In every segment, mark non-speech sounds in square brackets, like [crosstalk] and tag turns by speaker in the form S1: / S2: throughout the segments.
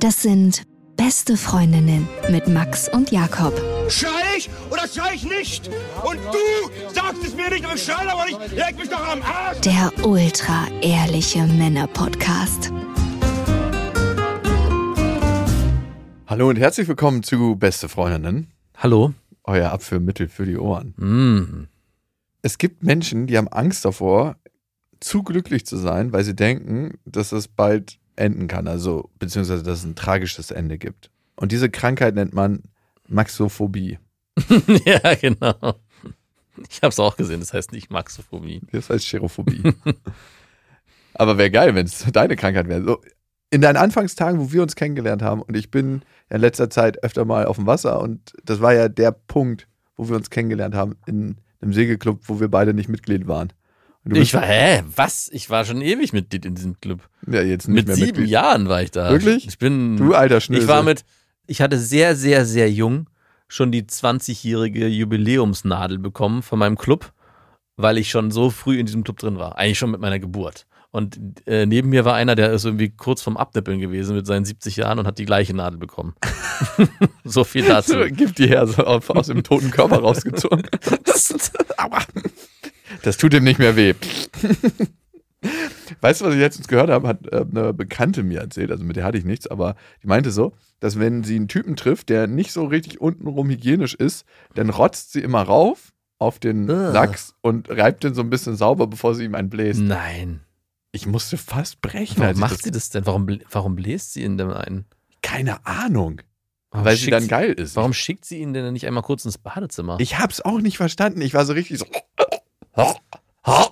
S1: Das sind Beste Freundinnen mit Max und Jakob.
S2: Schrei ich oder schrei ich nicht? Und du sagst es mir nicht, aber ich schrei aber nicht. Leg mich doch am Arsch.
S1: Der ultra ehrliche Männer Podcast.
S3: Hallo und herzlich willkommen zu Beste Freundinnen,
S4: Hallo.
S3: euer Abführmittel für die Ohren.
S4: Mm.
S3: Es gibt Menschen, die haben Angst davor, zu glücklich zu sein, weil sie denken, dass es bald enden kann, also beziehungsweise dass es ein tragisches Ende gibt. Und diese Krankheit nennt man Maxophobie.
S4: [laughs] ja, genau. Ich hab's auch gesehen, das heißt nicht Maxophobie.
S3: Das heißt
S4: [laughs]
S3: Cherophobie. Aber wäre geil, wenn es deine Krankheit wäre. So, in deinen Anfangstagen, wo wir uns kennengelernt haben, und ich bin in letzter Zeit öfter mal auf dem Wasser, und das war ja der Punkt, wo wir uns kennengelernt haben, in einem Segelclub, wo wir beide nicht Mitglied waren. Und du
S4: Ich
S3: bist-
S4: war, hä, was? Ich war schon ewig Mitglied in diesem Club.
S3: ja, jetzt nicht
S4: Mit
S3: mehr
S4: sieben
S3: Mitglied.
S4: Jahren war ich da.
S3: Wirklich?
S4: Ich bin,
S3: Du alter Schnösel.
S4: ich
S3: [laughs]
S4: war mit, ich hatte sehr, sehr, sehr jung schon die 20-jährige Jubiläumsnadel bekommen von meinem Club, weil ich schon so früh in diesem Club drin war. Eigentlich schon mit meiner Geburt. Und äh, neben mir war einer, der ist irgendwie kurz vorm Abnippeln gewesen mit seinen 70 Jahren und hat die gleiche Nadel bekommen. [laughs] so viel
S3: [laughs]
S4: dazu.
S3: So, Gib die her, so auf, aus dem toten Körper rausgezogen. Aua. Das tut ihm nicht mehr weh. Weißt du, was ich letztens gehört habe? Hat äh, eine Bekannte mir erzählt, also mit der hatte ich nichts, aber die meinte so, dass wenn sie einen Typen trifft, der nicht so richtig untenrum hygienisch ist, dann rotzt sie immer rauf auf den
S4: Ugh.
S3: Lachs und reibt den so ein bisschen sauber, bevor sie ihm einen bläst.
S4: Nein.
S3: Ich musste fast brechen.
S4: Warum
S3: als ich
S4: macht sie das denn? Warum, bl- warum bläst sie ihn denn ein?
S3: Keine Ahnung,
S4: Warum
S3: weil sie
S4: schickt
S3: dann geil ist.
S4: Oh, Warum schickt sie ihn denn nicht einmal kurz ins Badezimmer?
S3: Ich hab's auch nicht verstanden. Ich war so richtig so.
S4: oh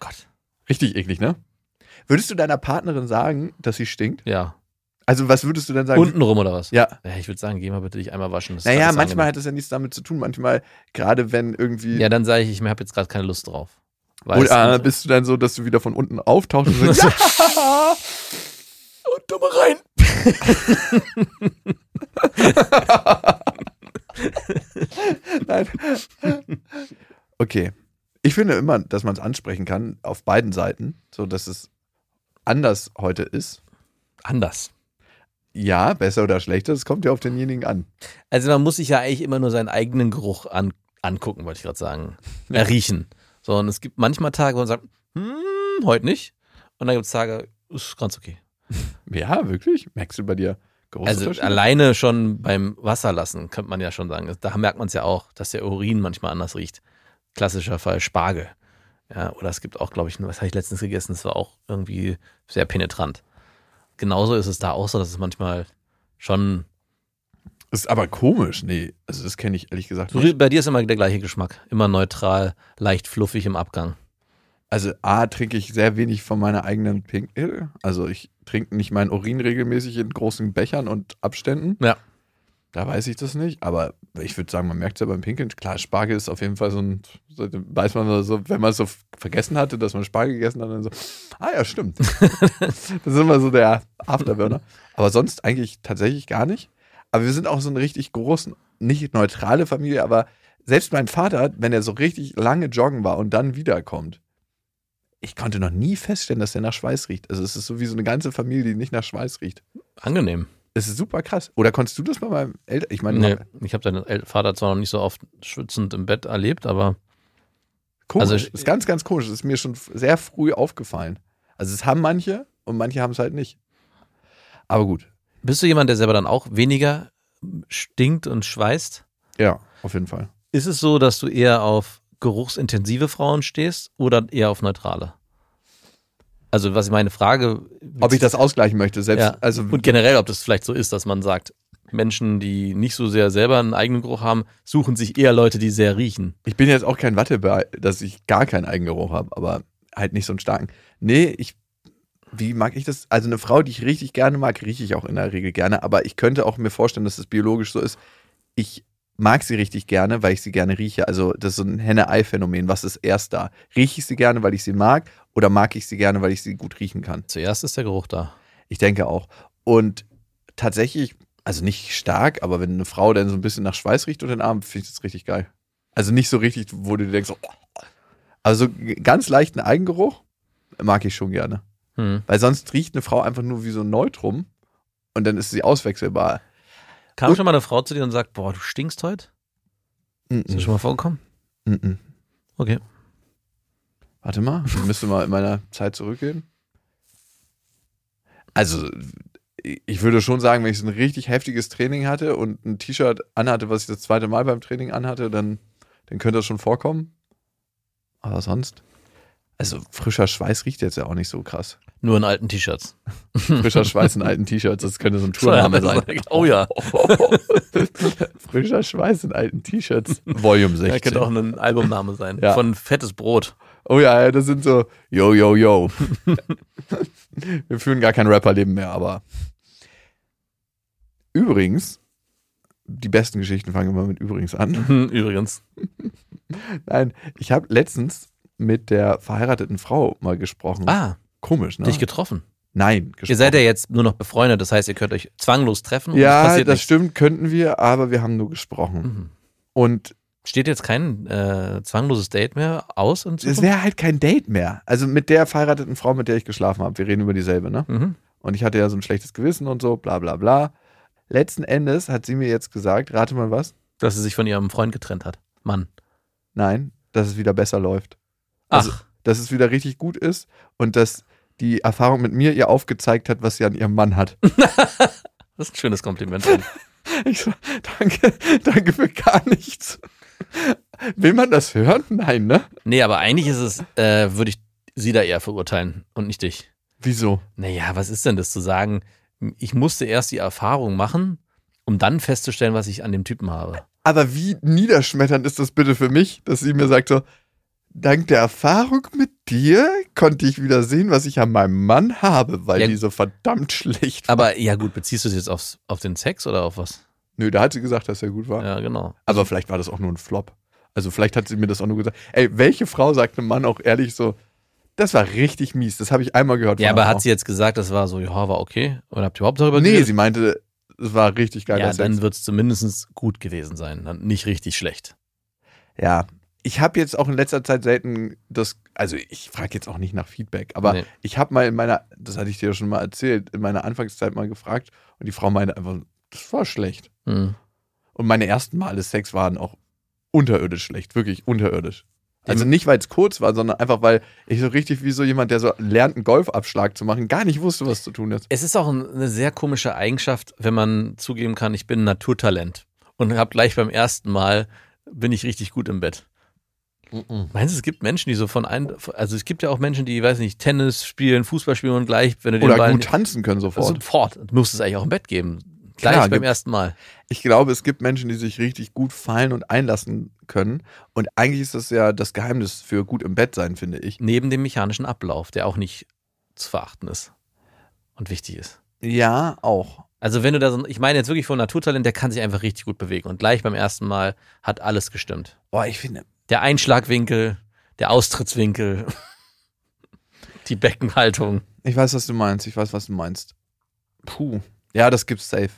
S4: Gott.
S3: Richtig eklig, ne? Würdest du deiner Partnerin sagen, dass sie stinkt?
S4: Ja.
S3: Also, was würdest du dann sagen?
S4: Untenrum oder was?
S3: ja.
S4: Ja, ich würde sagen, geh mal bitte dich einmal waschen. Das ist
S3: Naja,
S4: alles
S3: manchmal
S4: angenehm.
S3: hat das ja nichts damit zu tun. Manchmal, gerade wenn irgendwie.
S4: Ja, dann sage ich, ich habe jetzt gerade keine Lust drauf. Weil
S3: oder äh,
S4: es-
S3: bist du dann so, dass du wieder von unten auftauchst und [laughs] sagst, ja! Und du mal rein! Nein. Okay. Ich finde immer, dass man es ansprechen kann, auf beiden Seiten, so dass es anders heute ist.
S4: anders.
S3: Ja, besser oder schlechter, das kommt ja auf denjenigen an.
S4: Also man muss sich ja eigentlich immer nur seinen eigenen Geruch an, angucken, wollte ich gerade sagen.
S3: Ja.
S4: Äh, riechen. So, und es gibt manchmal Tage, wo man sagt, hm, heute nicht. Und dann gibt es Tage, ist ganz okay.
S3: Ja, wirklich? Merkst du bei dir große
S4: Also
S3: Unterschiede?
S4: alleine schon beim Wasserlassen, könnte man ja schon sagen. Also Da merkt man es ja auch, dass der Urin manchmal anders riecht. Klassischer Fall Spargel. Ja, oder es gibt auch, glaube ich, was habe ich letztens gegessen, das war auch irgendwie sehr penetrant. Genauso ist es da auch so, dass es manchmal schon.
S3: Ist aber komisch, nee. Also das kenne ich ehrlich gesagt
S4: So,
S3: nicht.
S4: bei dir ist immer der gleiche Geschmack. Immer neutral, leicht fluffig im Abgang.
S3: Also A, trinke ich sehr wenig von meiner eigenen Pinkel. Also ich trinke nicht meinen Urin regelmäßig in großen Bechern und Abständen.
S4: Ja.
S3: Da weiß ich das nicht, aber ich würde sagen, man merkt es ja beim Pinkeln. Klar, Spargel ist auf jeden Fall so ein, so, weiß man so, wenn man es so vergessen hatte, dass man Spargel gegessen hat, dann so, ah ja, stimmt. das ist immer so der Afterburner. Aber sonst eigentlich tatsächlich gar nicht. Aber wir sind auch so eine richtig großen, nicht neutrale Familie, aber selbst mein Vater, wenn er so richtig lange joggen war und dann wiederkommt, ich konnte noch nie feststellen, dass der nach Schweiß riecht. Also es ist so wie so eine ganze Familie, die nicht nach Schweiß riecht.
S4: Angenehm.
S3: Es ist super krass. Oder konntest du das bei meinem Eltern? Ich meine,
S4: Nee, ich habe deinen El- Vater zwar noch nicht so oft schwitzend im Bett erlebt, aber
S3: komisch.
S4: Also
S3: Also,
S4: ich-
S3: ist ganz, ganz komisch. Es ist mir schon f- sehr früh aufgefallen. Also es haben manche und manche haben es halt nicht. Aber gut.
S4: bist du jemand, der selber dann auch weniger stinkt und schweißt?
S3: Ja, auf jeden Fall.
S4: Ist es so, dass du eher auf geruchsintensive Frauen stehst oder eher auf neutrale? Also, was meine Frage.
S3: Ob ich das ausgleichen möchte, selbst,
S4: ja,
S3: also
S4: und generell, ob das vielleicht so ist, dass man sagt, Menschen, die nicht so sehr selber einen eigenen Geruch haben, suchen sich eher Leute, die sehr riechen.
S3: ich bin jetzt auch kein Wattebär, dass ich gar keinen Eigengeruch habe, aber halt nicht so einen starken. Nee, ich, wie mag ich das? Also eine Frau, die ich richtig gerne mag, rieche ich auch in der Regel gerne, aber ich könnte auch mir vorstellen, dass es biologisch so ist. Ich mag sie richtig gerne, weil ich sie gerne rieche. Also das ist so ein Henne-Ei-Phänomen. Was ist erst da? Rieche ich sie gerne, weil ich sie mag oder mag ich sie gerne, weil ich sie gut riechen kann?
S4: Zuerst ist der Geruch da.
S3: Ich denke auch. Und tatsächlich, also nicht stark, aber wenn eine Frau dann so ein bisschen nach Schweiß riecht unter den Arm, finde ich das richtig geil. Also nicht so richtig, wo du dir denkst, oh, Also g- ganz leichten Eigengeruch mag ich schon gerne.
S4: Hm.
S3: Weil sonst riecht eine Frau einfach nur wie so ein Neutrum und dann ist sie auswechselbar.
S4: Kam
S3: Und-
S4: schon mal eine Frau zu dir und sagt, boah, du stinkst heute? Ist das
S3: Mhm.
S4: schon mal vorgekommen?
S3: Mhm.
S4: Okay.
S3: Warte mal, ich müsste mal in meiner Zeit zurückgehen. Also, ich würde schon sagen, wenn ich so ein richtig heftiges Training hatte und ein T-Shirt anhatte, was ich das zweite Mal beim Training anhatte, dann, dann könnte das schon vorkommen. Aber sonst. Also, frischer Schweiß riecht jetzt ja auch nicht so krass.
S4: Nur in alten
S3: [laughs]
S4: T-Shirts. Hm.
S3: Frischer Schweiß in alten T-Shirts, das könnte so
S4: [laughs]
S3: ein Tourname sein.
S4: Oh ja.
S3: [laughs] Frischer Schweiß in alten
S4: [laughs]
S3: T-Shirts. Volume
S4: Das
S3: 16.
S4: könnte auch ein Albumname sein.
S3: Ja.
S4: Von Fettes Brot. [laughs]
S3: Oh ja, ja, das sind so, yo, yo, yo. [laughs] Wir führen gar kein Rapperleben mehr, aber. Übrigens, die besten Geschichten fangen immer mit übrigens an.
S4: Hm, Übrigens.
S3: Nein, ich habe letztens mit der verheirateten Frau mal gesprochen.
S4: Ah,
S3: Komisch, ne?
S4: dich getroffen.
S3: Nein, gesprochen.
S4: Ihr seid ja jetzt nur noch befreundet, das heißt, ihr könnt euch zwanglos treffen und es
S3: Ja, das
S4: passiert nichts.
S3: stimmt, könnten wir, aber wir haben nur gesprochen.
S4: Mhm.
S3: Und
S4: Steht jetzt kein äh, zwangloses Date mehr aus und
S3: es wäre halt kein Date mehr. Also mit der verheirateten Frau, mit der ich geschlafen habe. Wir reden über dieselbe, ne?
S4: mhm.
S3: Und ich hatte ja so ein schlechtes Gewissen und so, bla bla bla. Letzten Endes hat sie mir jetzt gesagt, rate mal was,
S4: Dass sie sich von ihrem Freund getrennt hat. Mann.
S3: nein, dass es wieder besser läuft.
S4: Ach,
S3: Also- Dass es wieder richtig gut ist und dass die Erfahrung mit mir ihr aufgezeigt hat, was sie an ihrem Mann hat. [laughs]
S4: das ist ein schönes Kompliment.
S3: Ich so, danke, danke für gar nichts. Will man das hören? Nein, ne?
S4: nee, aber eigentlich ist es, äh, würde ich sie da eher verurteilen und nicht dich.
S3: Wieso?
S4: Naja, was ist denn das zu sagen? Ich musste erst die Erfahrung machen, um dann festzustellen, was ich an dem Typen habe.
S3: Aber wie niederschmetternd ist das bitte für mich, dass sie mir sagt so, dank der Erfahrung mit dir konnte ich wieder sehen, was ich an meinem Mann habe, weil
S4: Ja.
S3: die so verdammt schlecht war.
S4: Aber ja, gut, beziehst du es jetzt aufs, auf den Sex oder auf was?
S3: Nö, da hat sie gesagt, dass er gut war.
S4: Ja, genau.
S3: Aber vielleicht war das auch nur ein Flop. Also vielleicht hat sie mir das auch nur gesagt. Ey, welche Frau sagt einem Mann auch ehrlich so, das war richtig mies, das habe ich einmal gehört.
S4: Ja,
S3: von einer
S4: aber
S3: Frau.
S4: hat sie jetzt gesagt, das war so, ja, war okay? Oder habt ihr überhaupt darüber
S3: Nee,
S4: geredet?
S3: sie meinte, es war richtig geil.
S4: Ja, dann wird es zumindest gut gewesen sein. Dann nicht richtig schlecht.
S3: ja. ich habe jetzt auch in letzter Zeit selten das, also ich frage jetzt auch nicht nach Feedback, aber
S4: Nee.
S3: ich habe mal in meiner, das hatte ich dir ja schon mal erzählt, in meiner Anfangszeit mal gefragt und die Frau meinte einfach, das war schlecht.
S4: Hm.
S3: Und meine ersten Male Sex waren auch unterirdisch schlecht, wirklich unterirdisch. Also nicht, weil es kurz war, sondern einfach, weil ich so richtig wie so jemand, der so lernt, einen Golfabschlag zu machen, gar nicht wusste, was zu tun ist.
S4: Es ist auch ein- eine sehr komische Eigenschaft, wenn man zugeben kann, ich bin ein Naturtalent und hab gleich beim ersten Mal bin ich richtig gut im Bett.
S3: Mm,
S4: Meinst du, es gibt Menschen, die so von ein, also es gibt ja auch Menschen, die, weiß nicht, Tennis spielen, Fußball spielen und gleich, wenn du den
S3: Oder
S4: Ball
S3: gut tanzen können sofort.
S4: sofort, du musst es eigentlich auch im Bett geben. Gleich
S3: Klar,
S4: beim
S3: gibt-
S4: ersten Mal.
S3: ich glaube, es gibt Menschen, die sich richtig gut fallen und einlassen können. Und eigentlich ist das ja das Geheimnis für gut im Bett sein, finde ich.
S4: Neben dem mechanischen Ablauf, der auch nicht zu verachten ist und wichtig ist.
S3: Ja, auch.
S4: Also wenn du da so, ich meine jetzt wirklich von Naturtalent, der kann sich einfach richtig gut bewegen und gleich beim ersten Mal hat alles gestimmt.
S3: Boah, ich finde,
S4: Der Einschlagwinkel, der Austrittswinkel, [laughs] die Beckenhaltung.
S3: ich weiß, was du meinst. Ich weiß, was du meinst. Puh. Ja, das gibt's safe.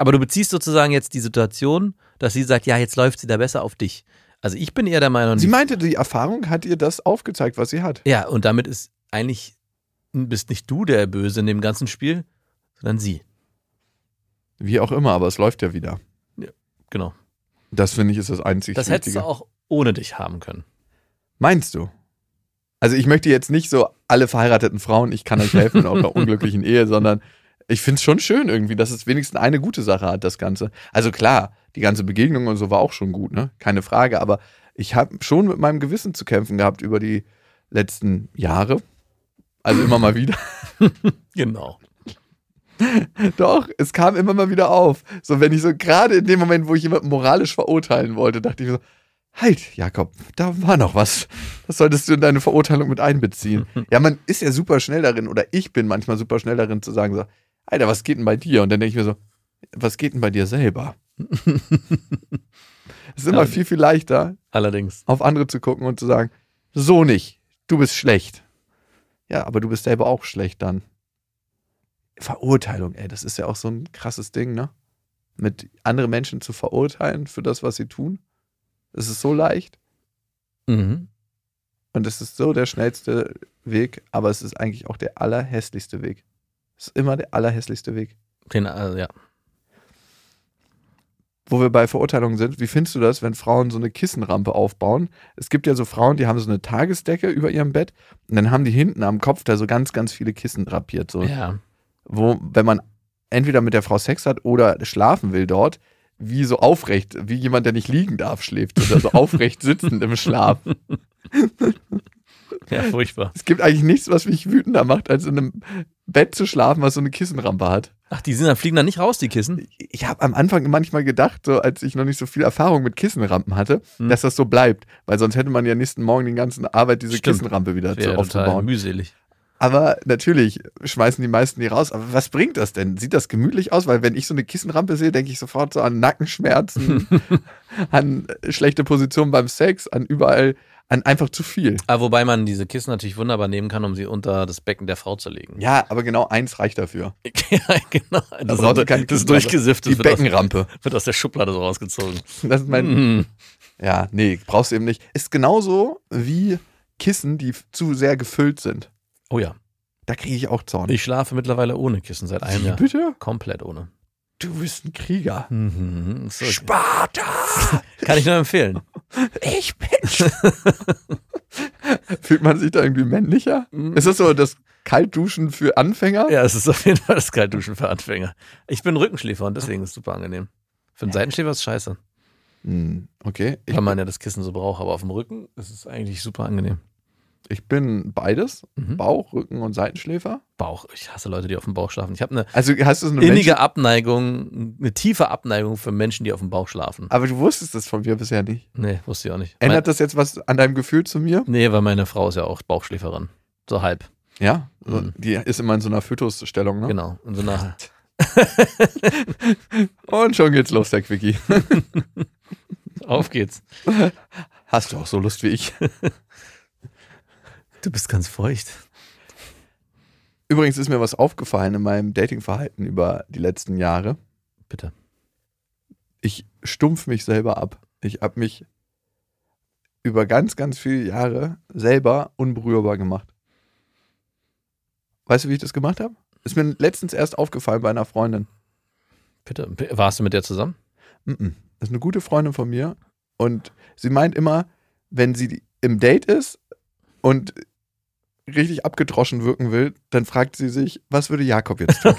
S4: Aber du beziehst sozusagen jetzt die Situation, dass sie sagt, ja, jetzt läuft sie da besser auf dich. Also ich bin eher der Meinung,
S3: Sie
S4: die-
S3: meinte, die Erfahrung hat ihr das aufgezeigt, was sie hat.
S4: ja, und damit ist eigentlich bist nicht du der Böse in dem ganzen Spiel, sondern sie.
S3: Wie auch immer, aber es läuft ja wieder.
S4: Genau.
S3: Das finde ich ist das einzig
S4: Das hättest
S3: Wichtige.
S4: du auch ohne dich haben können.
S3: Meinst du? Also ich möchte jetzt nicht so alle verheirateten Frauen, ich kann euch
S4: [laughs]
S3: helfen in eurer unglücklichen Ehe, sondern ich finde es schon schön irgendwie, dass es wenigstens eine gute Sache hat, das Ganze. Also klar, die ganze Begegnung und so war auch schon gut, ne? Keine Frage, aber ich habe schon mit meinem Gewissen zu kämpfen gehabt über die letzten Jahre. Also immer mal wieder.
S4: Genau.
S3: Doch, es kam immer mal wieder auf. So, wenn ich so gerade in dem Moment, wo ich jemanden moralisch verurteilen wollte, dachte ich mir so, halt, Jakob, da war noch was. Das solltest du in deine Verurteilung mit einbeziehen.
S4: Hm.
S3: ja, man ist ja super schnell darin, oder ich bin manchmal super schnell darin zu sagen, so, Alter, was geht denn bei dir? Und dann denke ich mir so, was geht denn bei dir selber? [laughs] es ist immer
S4: Ja.
S3: viel, viel leichter,
S4: [laughs] Allerdings.
S3: auf andere zu gucken und zu sagen, so nicht, du bist schlecht. Ja, aber du bist selber auch schlecht dann. Verurteilung, ey, das ist ja auch so ein krasses Ding, ne? Mit andere Menschen zu verurteilen für das, was sie tun. Das ist so leicht.
S4: Mhm.
S3: Und Und das ist so der schnellste Weg, aber es ist eigentlich auch der allerhässlichste Weg. Es ist immer der allerhässlichste Weg.
S4: Den, äh, ja.
S3: Wo wir bei Verurteilungen sind, wie findest du das, wenn Frauen so eine Kissenrampe aufbauen? Es gibt ja so Frauen, die haben so eine Tagesdecke über ihrem Bett und dann haben die hinten am Kopf da so ganz, ganz viele Kissen drapiert. So.
S4: ja.
S3: Wo, wenn man entweder mit der Frau Sex hat oder schlafen will dort, wie so aufrecht, wie jemand, der nicht liegen darf, schläft oder so aufrecht sitzend im Schlaf.
S4: Ja, furchtbar.
S3: Es gibt eigentlich nichts, was mich wütender macht, als in einem Bett zu schlafen, was so eine Kissenrampe hat.
S4: Ach, die sind dann, fliegen dann nicht raus, die Kissen?
S3: Ich habe am Anfang manchmal gedacht, so als ich noch nicht so viel Erfahrung mit Kissenrampen hatte,
S4: Hm.
S3: dass das so bleibt, weil sonst hätte man ja nächsten Morgen den ganzen Arbeit, diese
S4: Stimmt.
S3: Kissenrampe wieder
S4: Wäre
S3: zu
S4: total
S3: aufzubauen.
S4: mühselig.
S3: Aber natürlich schmeißen die meisten die raus. Aber was bringt das denn? Sieht das gemütlich aus? Weil wenn ich so eine Kissenrampe sehe, denke ich sofort so an Nackenschmerzen,
S4: [laughs]
S3: an schlechte Positionen beim Sex, an überall, an einfach zu viel.
S4: Ah, wobei man diese Kissen natürlich wunderbar nehmen kann, um sie unter das Becken der Frau zu legen.
S3: Ja, aber genau eins reicht dafür.
S4: [laughs]
S3: Also
S4: ja genau. Das,
S3: braucht ihr keine
S4: das ist
S3: Kissen, aber
S4: durchgesifft.
S3: Die
S4: Das wird aus,
S3: Beckenrampe.
S4: wird aus der Schublade so rausgezogen.
S3: Das ist
S4: [laughs]
S3: mein,
S4: Mhm.
S3: Ja, nee, brauchst du eben nicht. Ist genauso wie Kissen, die f- zu sehr gefüllt sind.
S4: Oh ja.
S3: Da kriege ich auch Zorn.
S4: Ich schlafe mittlerweile ohne Kissen seit einem
S3: Wie
S4: Jahr.
S3: bitte?
S4: Komplett ohne.
S3: Du bist ein Krieger.
S4: Mhm. So,
S3: Sparta!
S4: kann ich nur empfehlen.
S3: Ich
S4: [laughs]
S3: bin. Fühlt man sich da irgendwie männlicher?
S4: Mhm.
S3: Ist das so das Kaltduschen für Anfänger?
S4: Ja, es ist auf jeden Fall das Kaltduschen für Anfänger. Ich bin Rückenschläfer und deswegen ist es super angenehm. Für einen Seitenschläfer ist es scheiße,
S3: Hm, okay. Ich,
S4: weil man ja das Kissen so braucht, aber auf dem Rücken ist es eigentlich super angenehm.
S3: ich bin beides:
S4: Mhm.
S3: Bauch, Rücken und Seitenschläfer.
S4: Bauch. Ich hasse Leute, die auf dem Bauch schlafen. Ich habe eine
S3: Also hast du so eine
S4: innige
S3: Menschen-
S4: Abneigung, eine tiefe Abneigung für Menschen, die auf dem Bauch schlafen.
S3: Aber du wusstest das von mir bisher nicht.
S4: Nee, wusste ich auch nicht.
S3: Ändert das jetzt was an deinem Gefühl zu mir?
S4: mein, nee, weil meine Frau ist ja auch Bauchschläferin. So halb.
S3: Ja, so,
S4: Mhm.
S3: die ist immer in so einer Fötusstellung, ne?
S4: Genau. Und so eine,
S3: Und schon geht's los, der Quickie.
S4: auf geht's.
S3: [laughs] Hast du auch so Lust wie ich?
S4: Du bist ganz feucht.
S3: [laughs] Übrigens ist mir was aufgefallen in meinem Datingverhalten über die letzten Jahre.
S4: Bitte.
S3: Ich stumpf mich selber ab. Ich habe mich über ganz, ganz viele Jahre selber unberührbar gemacht. Weißt du, wie ich das gemacht habe? Ist mir letztens erst aufgefallen bei einer Freundin.
S4: Bitte. Warst du mit der zusammen?
S3: Mhm. Das ist eine gute Freundin von mir und sie meint immer, wenn sie im Date ist und richtig abgedroschen wirken will, dann fragt sie sich, was würde Jakob jetzt
S4: [laughs]
S3: tun?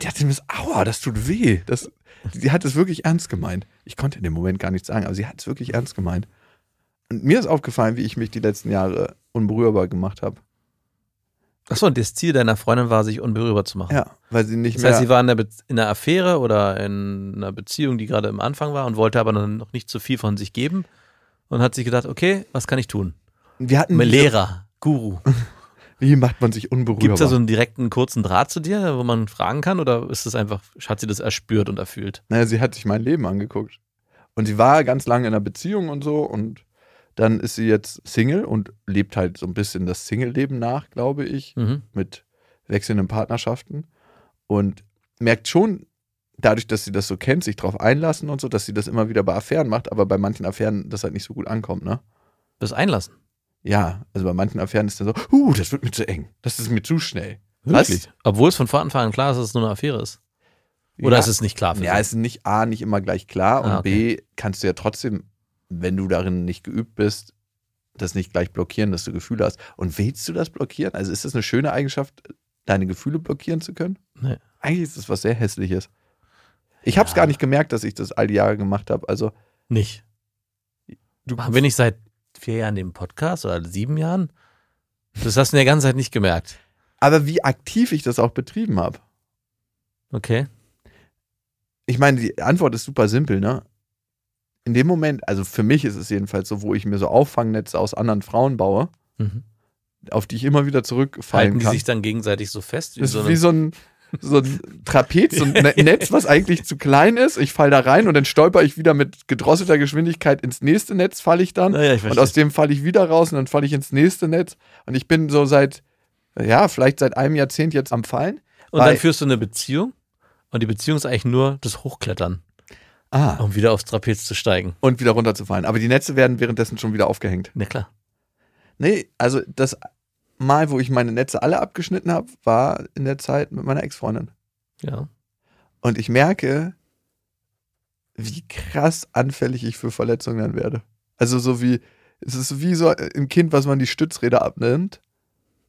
S3: die hat das, aua, das tut weh. Das, sie hat es wirklich ernst gemeint. Ich konnte in dem Moment gar nichts sagen, aber sie hat es wirklich ernst gemeint. Und mir ist aufgefallen, wie ich mich die letzten Jahre unberührbar gemacht habe.
S4: Achso, und das Ziel deiner Freundin war, sich unberührbar zu machen.
S3: Ja, weil sie nicht
S4: Oh. Das
S3: mehr.
S4: heißt, sie war in einer, Be in einer Affäre oder in einer Beziehung, die gerade im Anfang war und wollte aber dann noch nicht zu viel von sich geben und hat sich gedacht, okay, was kann ich tun?
S3: wir hatten
S4: Mein Lehrer, Guru.
S3: Wie macht man sich unberührbar?
S4: Gibt es da so einen direkten kurzen Draht zu dir, wo man fragen kann oder ist es einfach, hat sie das erspürt und erfüllt?
S3: Naja, sie hat sich mein Leben angeguckt. Und sie war ganz lange in einer Beziehung und so. Und dann ist sie jetzt Single und lebt halt so ein bisschen das Single-Leben nach, glaube ich,
S4: Mhm.
S3: mit wechselnden Partnerschaften. Und merkt schon, dadurch, dass sie das so kennt, sich drauf einlassen und so, dass sie das immer wieder bei Affären macht, aber bei manchen Affären das halt nicht so gut ankommt, ne?
S4: Das Einlassen.
S3: Ja, also bei manchen Affären ist dann so, huh, das wird mir zu eng, das ist mir zu schnell.
S4: Wirklich? Obwohl es von Anfang an klar ist, dass es nur eine Affäre ist. Oder
S3: ja,
S4: ist es nicht klar für
S3: Ja,
S4: sie?
S3: es ist nicht A, nicht immer gleich klar und
S4: Ah, okay.
S3: B, kannst du ja trotzdem, wenn du darin nicht geübt bist, das nicht gleich blockieren, dass du Gefühle hast. Und willst du das blockieren? Also ist das eine schöne Eigenschaft, deine Gefühle blockieren zu können?
S4: Nee.
S3: Eigentlich ist das was sehr Hässliches. Ich habe es
S4: Ja.
S3: gar nicht gemerkt, dass ich das all die Jahre gemacht habe. Also
S4: Nicht. Haben wir nicht seit vier Jahren den Podcast oder sieben Jahren? Das hast du in der ganzen Zeit nicht gemerkt.
S3: aber wie aktiv ich das auch betrieben habe.
S4: Okay.
S3: Ich meine, die Antwort ist super simpel, ne? In dem Moment, also für mich ist es jedenfalls so, wo ich mir so Auffangnetze aus anderen Frauen baue,
S4: Mhm.
S3: auf die ich immer wieder zurückfallen
S4: Halten die
S3: kann.
S4: sich dann gegenseitig so fest?
S3: Das ist
S4: einem-
S3: wie so ein, so ein Trapez, so ein [laughs] Ne- Netz, was eigentlich zu klein ist. Ich falle da rein und dann stolper ich wieder mit gedrosselter Geschwindigkeit ins nächste Netz, falle ich dann.
S4: Naja, ich
S3: und
S4: verstehe.
S3: aus dem falle ich wieder raus und dann falle ich ins nächste Netz. Und ich bin so seit, ja, vielleicht seit einem Jahrzehnt jetzt am Fallen.
S4: und dann
S3: weil-
S4: führst du eine Beziehung und die Beziehung ist eigentlich nur das Hochklettern,
S3: Ah.
S4: um wieder aufs Trapez zu steigen.
S3: Und wieder runterzufallen. Aber die Netze werden währenddessen schon wieder aufgehängt.
S4: Na klar.
S3: Nee, also das Mal, wo ich meine Netze alle abgeschnitten habe, war in der Zeit mit meiner Ex-Freundin.
S4: Ja.
S3: Und ich merke, wie krass anfällig ich für Verletzungen dann werde. Also so wie, es ist wie so im Kind, was man die Stützräder abnimmt.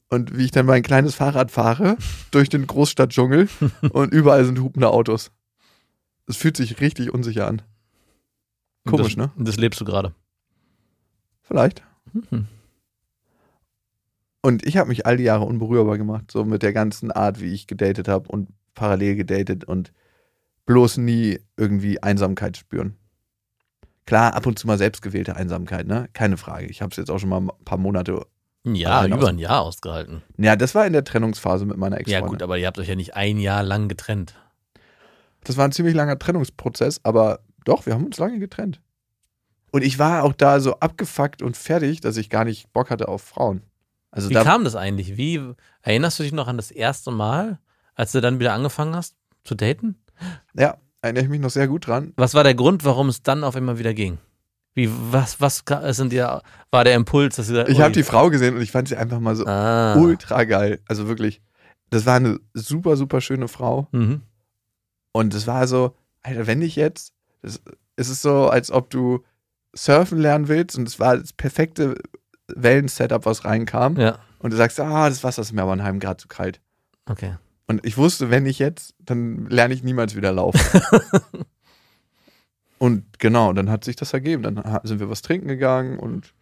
S3: Und wie ich dann mein kleines Fahrrad fahre durch den Großstadtdschungel und überall sind hupende Autos. Es fühlt sich richtig unsicher an. Komisch,
S4: das,
S3: ne?
S4: Das lebst du gerade.
S3: Vielleicht.
S4: Mhm.
S3: Und ich habe mich all die Jahre unberührbar gemacht, so mit der ganzen Art, wie ich gedatet habe und parallel gedatet und bloß nie irgendwie Einsamkeit spüren. Klar, ab und zu mal selbstgewählte Einsamkeit, ne? Keine Frage. Ich habe es jetzt auch schon mal ein paar Monate.
S4: Ein Jahr,
S3: Allein
S4: über
S3: aus-
S4: ein Jahr ausgehalten.
S3: Ja, das war in der Trennungsphase mit meiner
S4: Ja,
S3: Ex-Freundin.
S4: gut, aber ihr habt euch ja nicht ein Jahr lang getrennt.
S3: Das war ein ziemlich langer Trennungsprozess, aber doch, wir haben uns lange getrennt. Und ich war auch da so abgefuckt und fertig, dass ich gar nicht Bock hatte auf Frauen. Also
S4: Wie
S3: da
S4: kam das eigentlich? Wie erinnerst du dich noch an das erste Mal, als du dann wieder angefangen hast zu daten?
S3: ja, erinnere ich mich noch sehr gut dran.
S4: Was war der Grund, warum es dann auf einmal wieder ging? Wie was was ga- es sind ja war der Impuls, dass ihr
S3: Ich habe die Frau gesehen und ich fand sie einfach mal so
S4: ah.
S3: ultra geil. Also wirklich, das war eine super, super schöne Frau.
S4: Mhm.
S3: Und es war so, Alter, wenn ich jetzt, das, es ist so, als ob du surfen lernen willst und es war das perfekte Wellen-Setup, was reinkam.
S4: Ja,
S3: Und du sagst, ah, das Wasser ist mir aber einen halben Grad zu kalt.
S4: okay.
S3: Und ich wusste, wenn ich jetzt, dann lerne ich niemals wieder laufen. und genau, dann hat sich das ergeben. Dann ha- sind wir was trinken gegangen und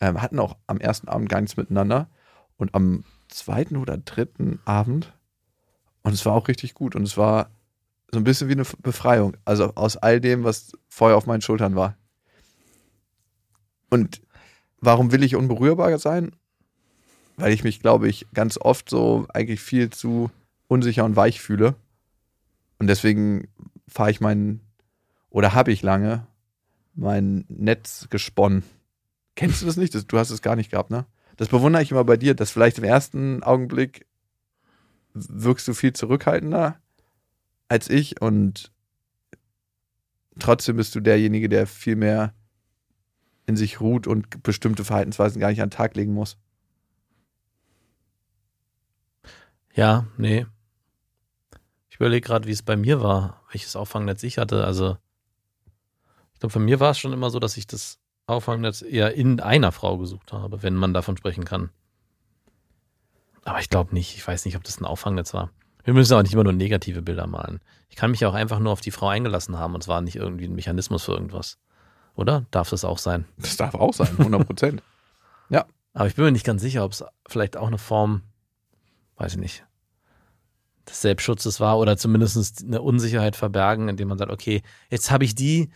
S3: ähm, hatten auch am ersten Abend gar nichts miteinander. Und am zweiten oder dritten Abend, und es war auch richtig gut. Und es war so ein bisschen wie eine F- Befreiung. Also aus all dem, was vorher auf meinen Schultern war. Und warum will ich unberührbar sein? Weil ich mich, glaube ich, ganz oft so eigentlich viel zu unsicher und weich fühle. Und deswegen fahre ich meinen, oder habe ich lange, mein Netz gesponnen. [laughs] Kennst du das nicht? Das, du hast es gar nicht gehabt, ne? Das bewundere ich immer bei dir, dass vielleicht im ersten Augenblick wirkst du viel zurückhaltender als ich und trotzdem bist du derjenige, der viel mehr in sich ruht und bestimmte Verhaltensweisen gar nicht an den Tag legen muss.
S4: Ja, nee. Ich überlege gerade, wie es bei mir war, welches Auffangnetz ich hatte. Also, ich glaube, bei mir war es schon immer so, dass ich das Auffangnetz eher in einer Frau gesucht habe, wenn man davon sprechen kann. Aber ich glaube nicht. Ich weiß nicht, ob das ein Auffangnetz war. Wir müssen auch nicht immer nur negative Bilder malen. Ich kann mich auch einfach nur auf die Frau eingelassen haben und es war nicht irgendwie ein Mechanismus für irgendwas. Oder? Darf das auch sein?
S3: Das darf auch sein, 100 Prozent.
S4: Aber ich bin mir nicht ganz sicher, ob es vielleicht auch eine Form, weiß ich nicht, des Selbstschutzes war oder zumindest eine Unsicherheit verbergen, indem man sagt, okay, jetzt habe ich die,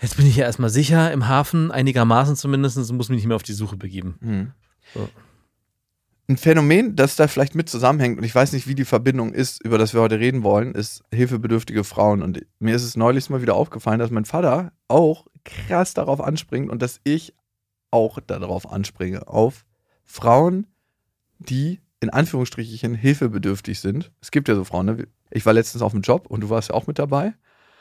S4: jetzt bin ich ja erstmal sicher im Hafen, einigermaßen zumindest, und muss mich nicht mehr auf die Suche begeben. So.
S3: Mhm. Ein Phänomen, das da vielleicht mit zusammenhängt, und ich weiß nicht, wie die Verbindung ist, über das wir heute reden wollen, ist hilfebedürftige Frauen. Und mir ist es neulich mal wieder aufgefallen, dass mein Vater auch krass darauf anspringt und dass ich auch darauf anspringe. Auf Frauen, die in Anführungsstrichen hilfebedürftig sind. Es gibt ja so Frauen, ne? Ich war letztens auf dem Job und du warst ja auch mit dabei.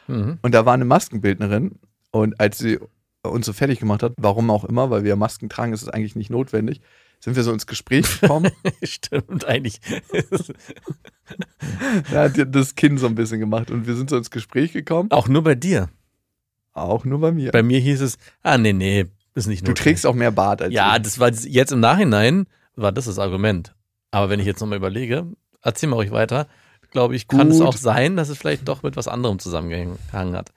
S4: Mhm.
S3: Und da war eine Maskenbildnerin. Und als sie uns so fertig gemacht hat, warum auch immer, weil wir Masken tragen, ist es eigentlich nicht notwendig, sind wir so ins Gespräch
S4: [laughs]
S3: gekommen.
S4: [laughs] Stimmt, eigentlich. [laughs]
S3: da hat ihr das Kinn so ein bisschen gemacht. Und wir sind so ins Gespräch gekommen.
S4: auch nur bei dir.
S3: Auch nur bei mir.
S4: Bei mir hieß es, ah, nee, nee, ist nicht
S3: Du
S4: notwendig.
S3: trägst auch mehr Bart als
S4: Ja,
S3: ich.
S4: das war jetzt im Nachhinein, war das das Argument. Aber wenn ich jetzt nochmal überlege, erzähl mal euch weiter, glaube ich, kann es
S3: Gut.
S4: auch sein, dass es vielleicht doch mit was anderem zusammengehangen hat. Mhm.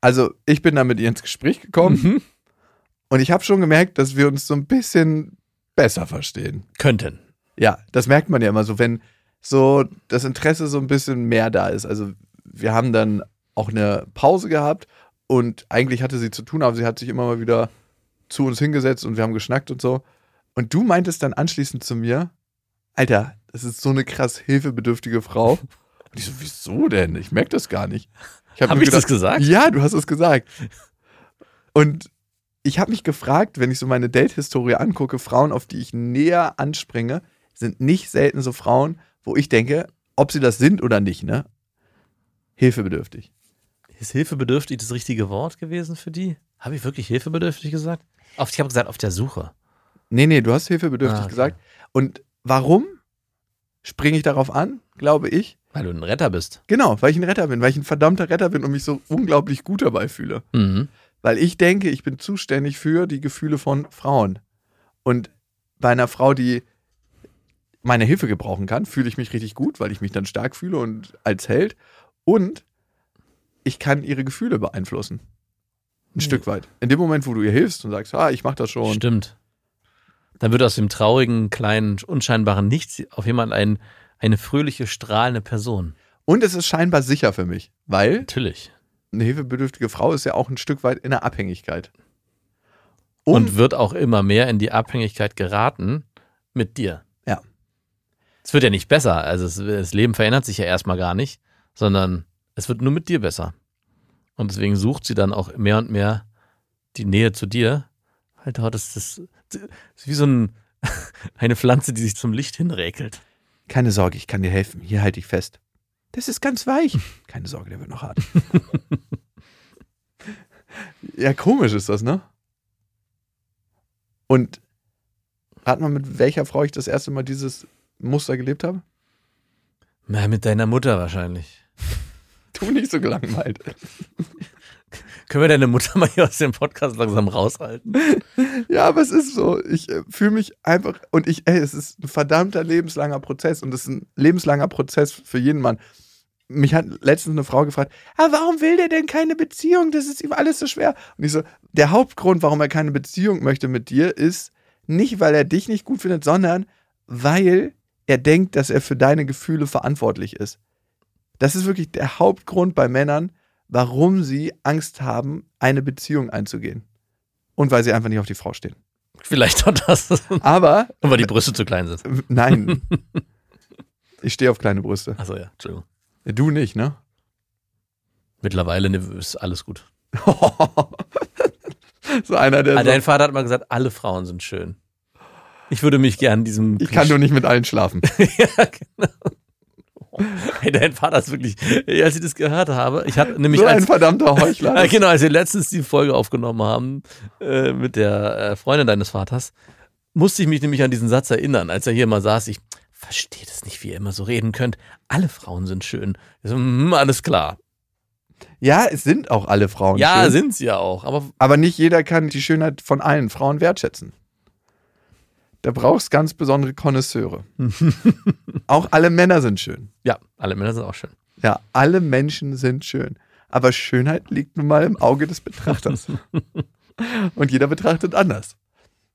S3: Also ich bin da mit ihr ins Gespräch gekommen.
S4: [laughs]
S3: Und ich habe schon gemerkt, dass wir uns so ein bisschen besser verstehen.
S4: Könnten.
S3: Ja, das merkt man ja immer so, wenn so das Interesse so ein bisschen mehr da ist. Also wir haben dann auch eine Pause gehabt und eigentlich hatte sie zu tun, aber sie hat sich immer mal wieder zu uns hingesetzt und wir haben geschnackt und so. Und du meintest dann anschließend zu mir, Alter, das ist so eine krass hilfebedürftige
S4: [laughs]
S3: Frau. Und ich so, wieso denn? Ich merke das gar nicht.
S4: Hab
S3: nur
S4: ich das gesagt?
S3: Ja, du hast es gesagt. Und ich habe mich gefragt, wenn ich so meine Date-Historie angucke, Frauen, auf die ich näher anspringe, sind nicht selten so Frauen, wo ich denke, ob sie das sind oder nicht, ne? Hilfebedürftig.
S4: Ist hilfebedürftig das richtige Wort gewesen für die? Habe ich wirklich hilfebedürftig gesagt? Auf, ich habe gesagt, auf der Suche.
S3: Nee, nee, du hast hilfebedürftig
S4: Ah, okay.
S3: gesagt. Und warum springe ich darauf an, glaube ich?
S4: Weil du ein Retter bist.
S3: Genau, weil ich ein Retter bin, weil ich ein verdammter Retter bin und mich so unglaublich gut dabei fühle.
S4: Mhm.
S3: Weil ich denke, ich bin zuständig für die Gefühle von Frauen. Und bei einer Frau, die meine Hilfe gebrauchen kann, fühle ich mich richtig gut, weil ich mich dann stark fühle und als Held. Und ich kann ihre Gefühle beeinflussen. Ein Stück weit. In dem Moment, wo du ihr hilfst und sagst, ah, ich mach das schon.
S4: Stimmt. Dann wird aus dem traurigen, kleinen, unscheinbaren Nichts auf jemand ein, eine fröhliche, strahlende Person.
S3: Und es ist scheinbar sicher für mich, weil
S4: Natürlich.
S3: eine hilfebedürftige Frau ist ja auch ein Stück weit in der Abhängigkeit. Um-
S4: Und wird auch immer mehr in die Abhängigkeit geraten mit dir.
S3: Ja.
S4: Es wird ja nicht besser. Also es, das Leben verändert sich ja erstmal gar nicht, sondern es wird nur mit dir besser. Und deswegen sucht sie dann auch mehr und mehr die Nähe zu dir. Halt dort ist das, das ist wie so ein, [laughs] eine Pflanze, die sich zum Licht hinräkelt.
S3: Keine Sorge, ich kann dir helfen. Hier halte ich fest. Das ist ganz weich. Keine Sorge, der wird noch hart. [laughs] ja, komisch ist das, ne? Und rat mal, mit welcher Frau ich das erste Mal dieses Muster gelebt habe? [laughs]
S4: Na, mit deiner Mutter wahrscheinlich.
S3: Tu nicht so gelangweilt.
S4: Können wir deine Mutter [laughs] mal hier aus dem Podcast langsam raushalten?
S3: Ja, aber es ist so. Ich äh, fühle mich einfach und ich, ey, es ist ein verdammter lebenslanger Prozess und es ist ein lebenslanger Prozess für jeden Mann. Mich hat letztens eine Frau gefragt, ah, warum will der denn keine Beziehung? Das ist ihm alles so schwer. Und ich so, der Hauptgrund, warum er keine Beziehung möchte mit dir, ist nicht, weil er dich nicht gut findet, sondern weil er denkt, dass er für deine Gefühle verantwortlich ist. Das ist wirklich der Hauptgrund bei Männern, warum sie Angst haben, eine Beziehung einzugehen. Und weil sie einfach nicht auf die Frau stehen.
S4: Vielleicht auch das, [laughs]
S3: Aber
S4: weil die Brüste zu klein sind.
S3: äh,
S4: [laughs]
S3: nein. ich stehe auf kleine Brüste.
S4: Achso, ja, Entschuldigung.
S3: Du nicht, ne? [laughs]
S4: Mittlerweile ne, ist alles gut.
S3: so einer, der.
S4: Ah,
S3: so,
S4: dein Vater hat mal gesagt, alle Frauen sind schön. Ich würde mich gern diesem.
S3: ich kann nur nicht mit allen schlafen.
S4: [laughs] ja, genau. Hey, dein Vater ist wirklich, Ey, als ich das gehört habe, ich hatte nämlich
S3: so ein
S4: als, [laughs]
S3: verdammter Heuchler.
S4: Ah, genau, als wir letztens die Folge aufgenommen haben äh, mit der äh, Freundin deines Vaters, musste ich mich nämlich an diesen Satz erinnern, als er hier mal saß. Ich verstehe das nicht, wie ihr immer so reden könnt. Alle Frauen sind schön. Ich so, hm, alles klar.
S3: Ja, es sind auch alle Frauen.
S4: ja,
S3: schön,
S4: sind sie ja auch. Aber
S3: Aber nicht jeder kann die Schönheit von allen Frauen wertschätzen. Da brauchst ganz besondere
S4: [laughs]
S3: Konnoisseure. auch alle Männer sind schön.
S4: ja, alle Männer sind auch schön.
S3: Ja, alle Menschen sind schön. Aber Schönheit liegt nun mal im Auge des Betrachters. Und jeder betrachtet anders.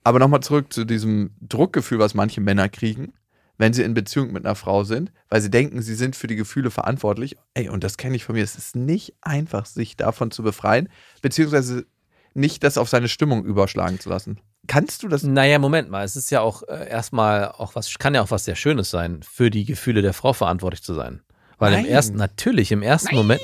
S3: Aber nochmal zurück zu diesem Druckgefühl, was manche Männer kriegen, wenn sie in Beziehung mit einer Frau sind, weil sie denken, sie sind für die Gefühle verantwortlich. Ey, und das kenne ich von mir. Es ist nicht einfach, sich davon zu befreien, beziehungsweise nicht das auf seine Stimmung überschlagen zu lassen. Kannst du das?
S4: Naja, Moment mal, es ist ja auch äh, erstmal auch was, kann ja auch was sehr Schönes sein, für die Gefühle der Frau verantwortlich zu sein. Weil
S3: Nein.
S4: im ersten, natürlich, im ersten Moment,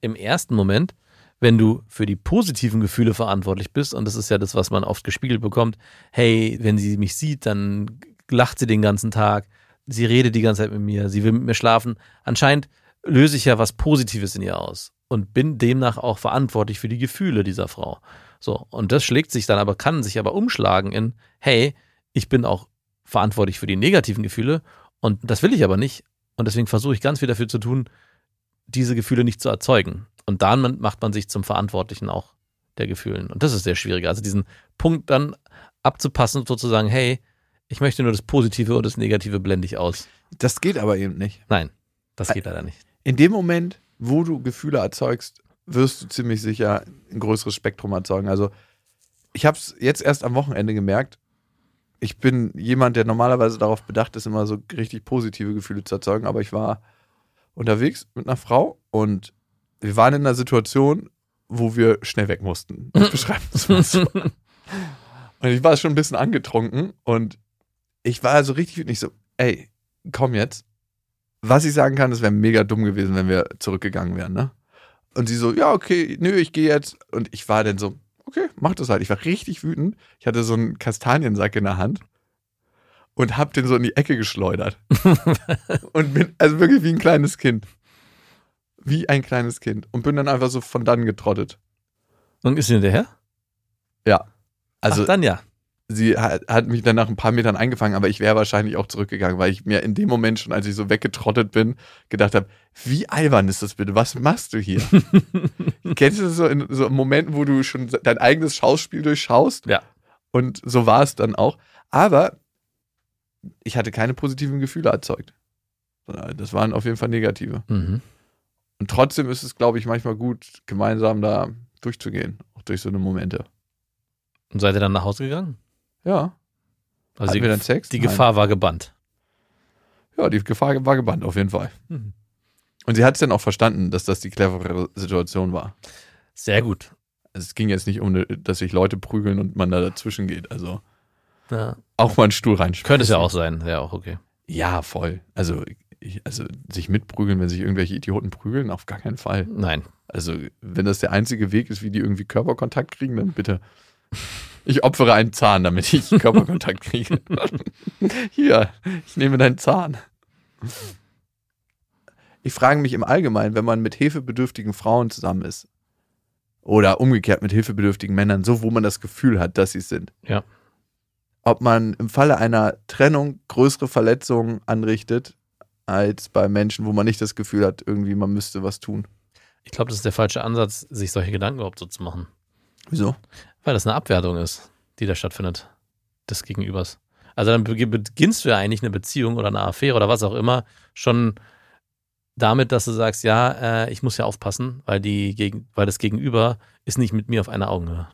S4: im ersten Moment, wenn du für die positiven Gefühle verantwortlich bist, und das ist ja das, was man oft gespiegelt bekommt, hey, wenn sie mich sieht, dann lacht sie den ganzen Tag, sie redet die ganze Zeit mit mir, sie will mit mir schlafen. Anscheinend löse ich ja was Positives in ihr aus und bin demnach auch verantwortlich für die Gefühle dieser Frau. So, und das schlägt sich dann aber, kann sich aber umschlagen in, hey, ich bin auch verantwortlich für die negativen Gefühle und das will ich aber nicht. Und deswegen versuche ich ganz viel dafür zu tun, diese Gefühle nicht zu erzeugen. Und dann macht man sich zum Verantwortlichen auch der Gefühlen. Und das ist sehr schwierig. Also diesen Punkt dann abzupassen und sozusagen, hey, ich möchte nur das Positive und das Negative blende ich aus.
S3: Das geht aber eben nicht.
S4: Nein, das geht leider nicht.
S3: In dem Moment, wo du Gefühle erzeugst, wirst du ziemlich sicher ein größeres Spektrum erzeugen. Also, ich habe es jetzt erst am Wochenende gemerkt. Ich bin jemand, der normalerweise darauf bedacht ist, immer so richtig positive Gefühle zu erzeugen, aber ich war unterwegs mit einer Frau und wir waren in einer Situation, wo wir schnell weg mussten. Ich beschreibe es mal so. Und ich war schon ein bisschen angetrunken und ich war so richtig nicht so, ey, komm jetzt. Was ich sagen kann, es wäre mega dumm gewesen, wenn wir zurückgegangen wären, ne? Und sie so, ja, okay, nö, ich gehe jetzt. Und ich war dann so, okay, mach das halt. Ich war richtig wütend. Ich hatte so einen Kastaniensack in der Hand und hab den so in die Ecke geschleudert. und bin, also wirklich wie ein kleines Kind. Wie ein kleines Kind. Und bin dann einfach so von dann getrottet.
S4: Und ist sie hinterher?
S3: Ja. Also
S4: Ach, dann ja.
S3: sie hat, hat mich dann nach ein paar Metern eingefangen, aber ich wäre wahrscheinlich auch zurückgegangen, weil ich mir in dem Moment schon, als ich so weggetrottet bin, gedacht habe, wie albern ist das bitte? Was machst du hier? Kennst du das so in so Momenten, wo du schon dein eigenes Schauspiel durchschaust?
S4: Ja.
S3: Und so war es dann auch. Aber ich hatte keine positiven Gefühle erzeugt. sondern Das waren auf jeden Fall negative.
S4: Mhm.
S3: Und trotzdem ist es, glaube ich, manchmal gut, gemeinsam da durchzugehen, auch durch so eine Momente.
S4: Und seid ihr dann nach Hause gegangen?
S3: Ja.
S4: Also
S3: Hatten
S4: die,
S3: wir dann Sex?
S4: die
S3: Nein.
S4: Gefahr war gebannt.
S3: Ja, die Gefahr war gebannt, auf jeden Fall.
S4: Mhm.
S3: Und sie hat es dann auch verstanden, dass das die cleverere Situation war.
S4: Sehr gut.
S3: Also es ging jetzt nicht um, ne- dass sich Leute prügeln und man da dazwischen geht. Also
S4: Ja.
S3: auch mal einen Stuhl reinschmeißen.
S4: Könnte es ja auch sein. Ja, auch okay.
S3: Ja, voll. Also, ich, also sich mitprügeln, wenn sich irgendwelche Idioten prügeln, auf gar keinen Fall.
S4: Nein.
S3: Also, wenn das der einzige Weg ist, wie die irgendwie Körperkontakt kriegen, dann bitte. Ich opfere einen Zahn, damit ich Körperkontakt kriege. Hier, ich nehme deinen Zahn. Ich frage mich im Allgemeinen, wenn man mit hilfebedürftigen Frauen zusammen ist oder umgekehrt mit hilfebedürftigen Männern, so wo man das Gefühl hat, dass sie es sind.
S4: Ja.
S3: Ob man im Falle einer Trennung größere Verletzungen anrichtet, als bei Menschen, wo man nicht das Gefühl hat, irgendwie man müsste was tun.
S4: Ich glaube, das ist der falsche Ansatz, sich solche Gedanken überhaupt so zu machen.
S3: Wieso?
S4: Weil das eine Abwertung ist, die da stattfindet, des Gegenübers. Also dann beg- beginnst du ja eigentlich eine Beziehung oder eine Affäre oder was auch immer schon damit, dass du sagst, ja, äh, ich muss ja aufpassen, weil, die gegen, weil das Gegenüber ist nicht mit mir auf einer Augenhöhe.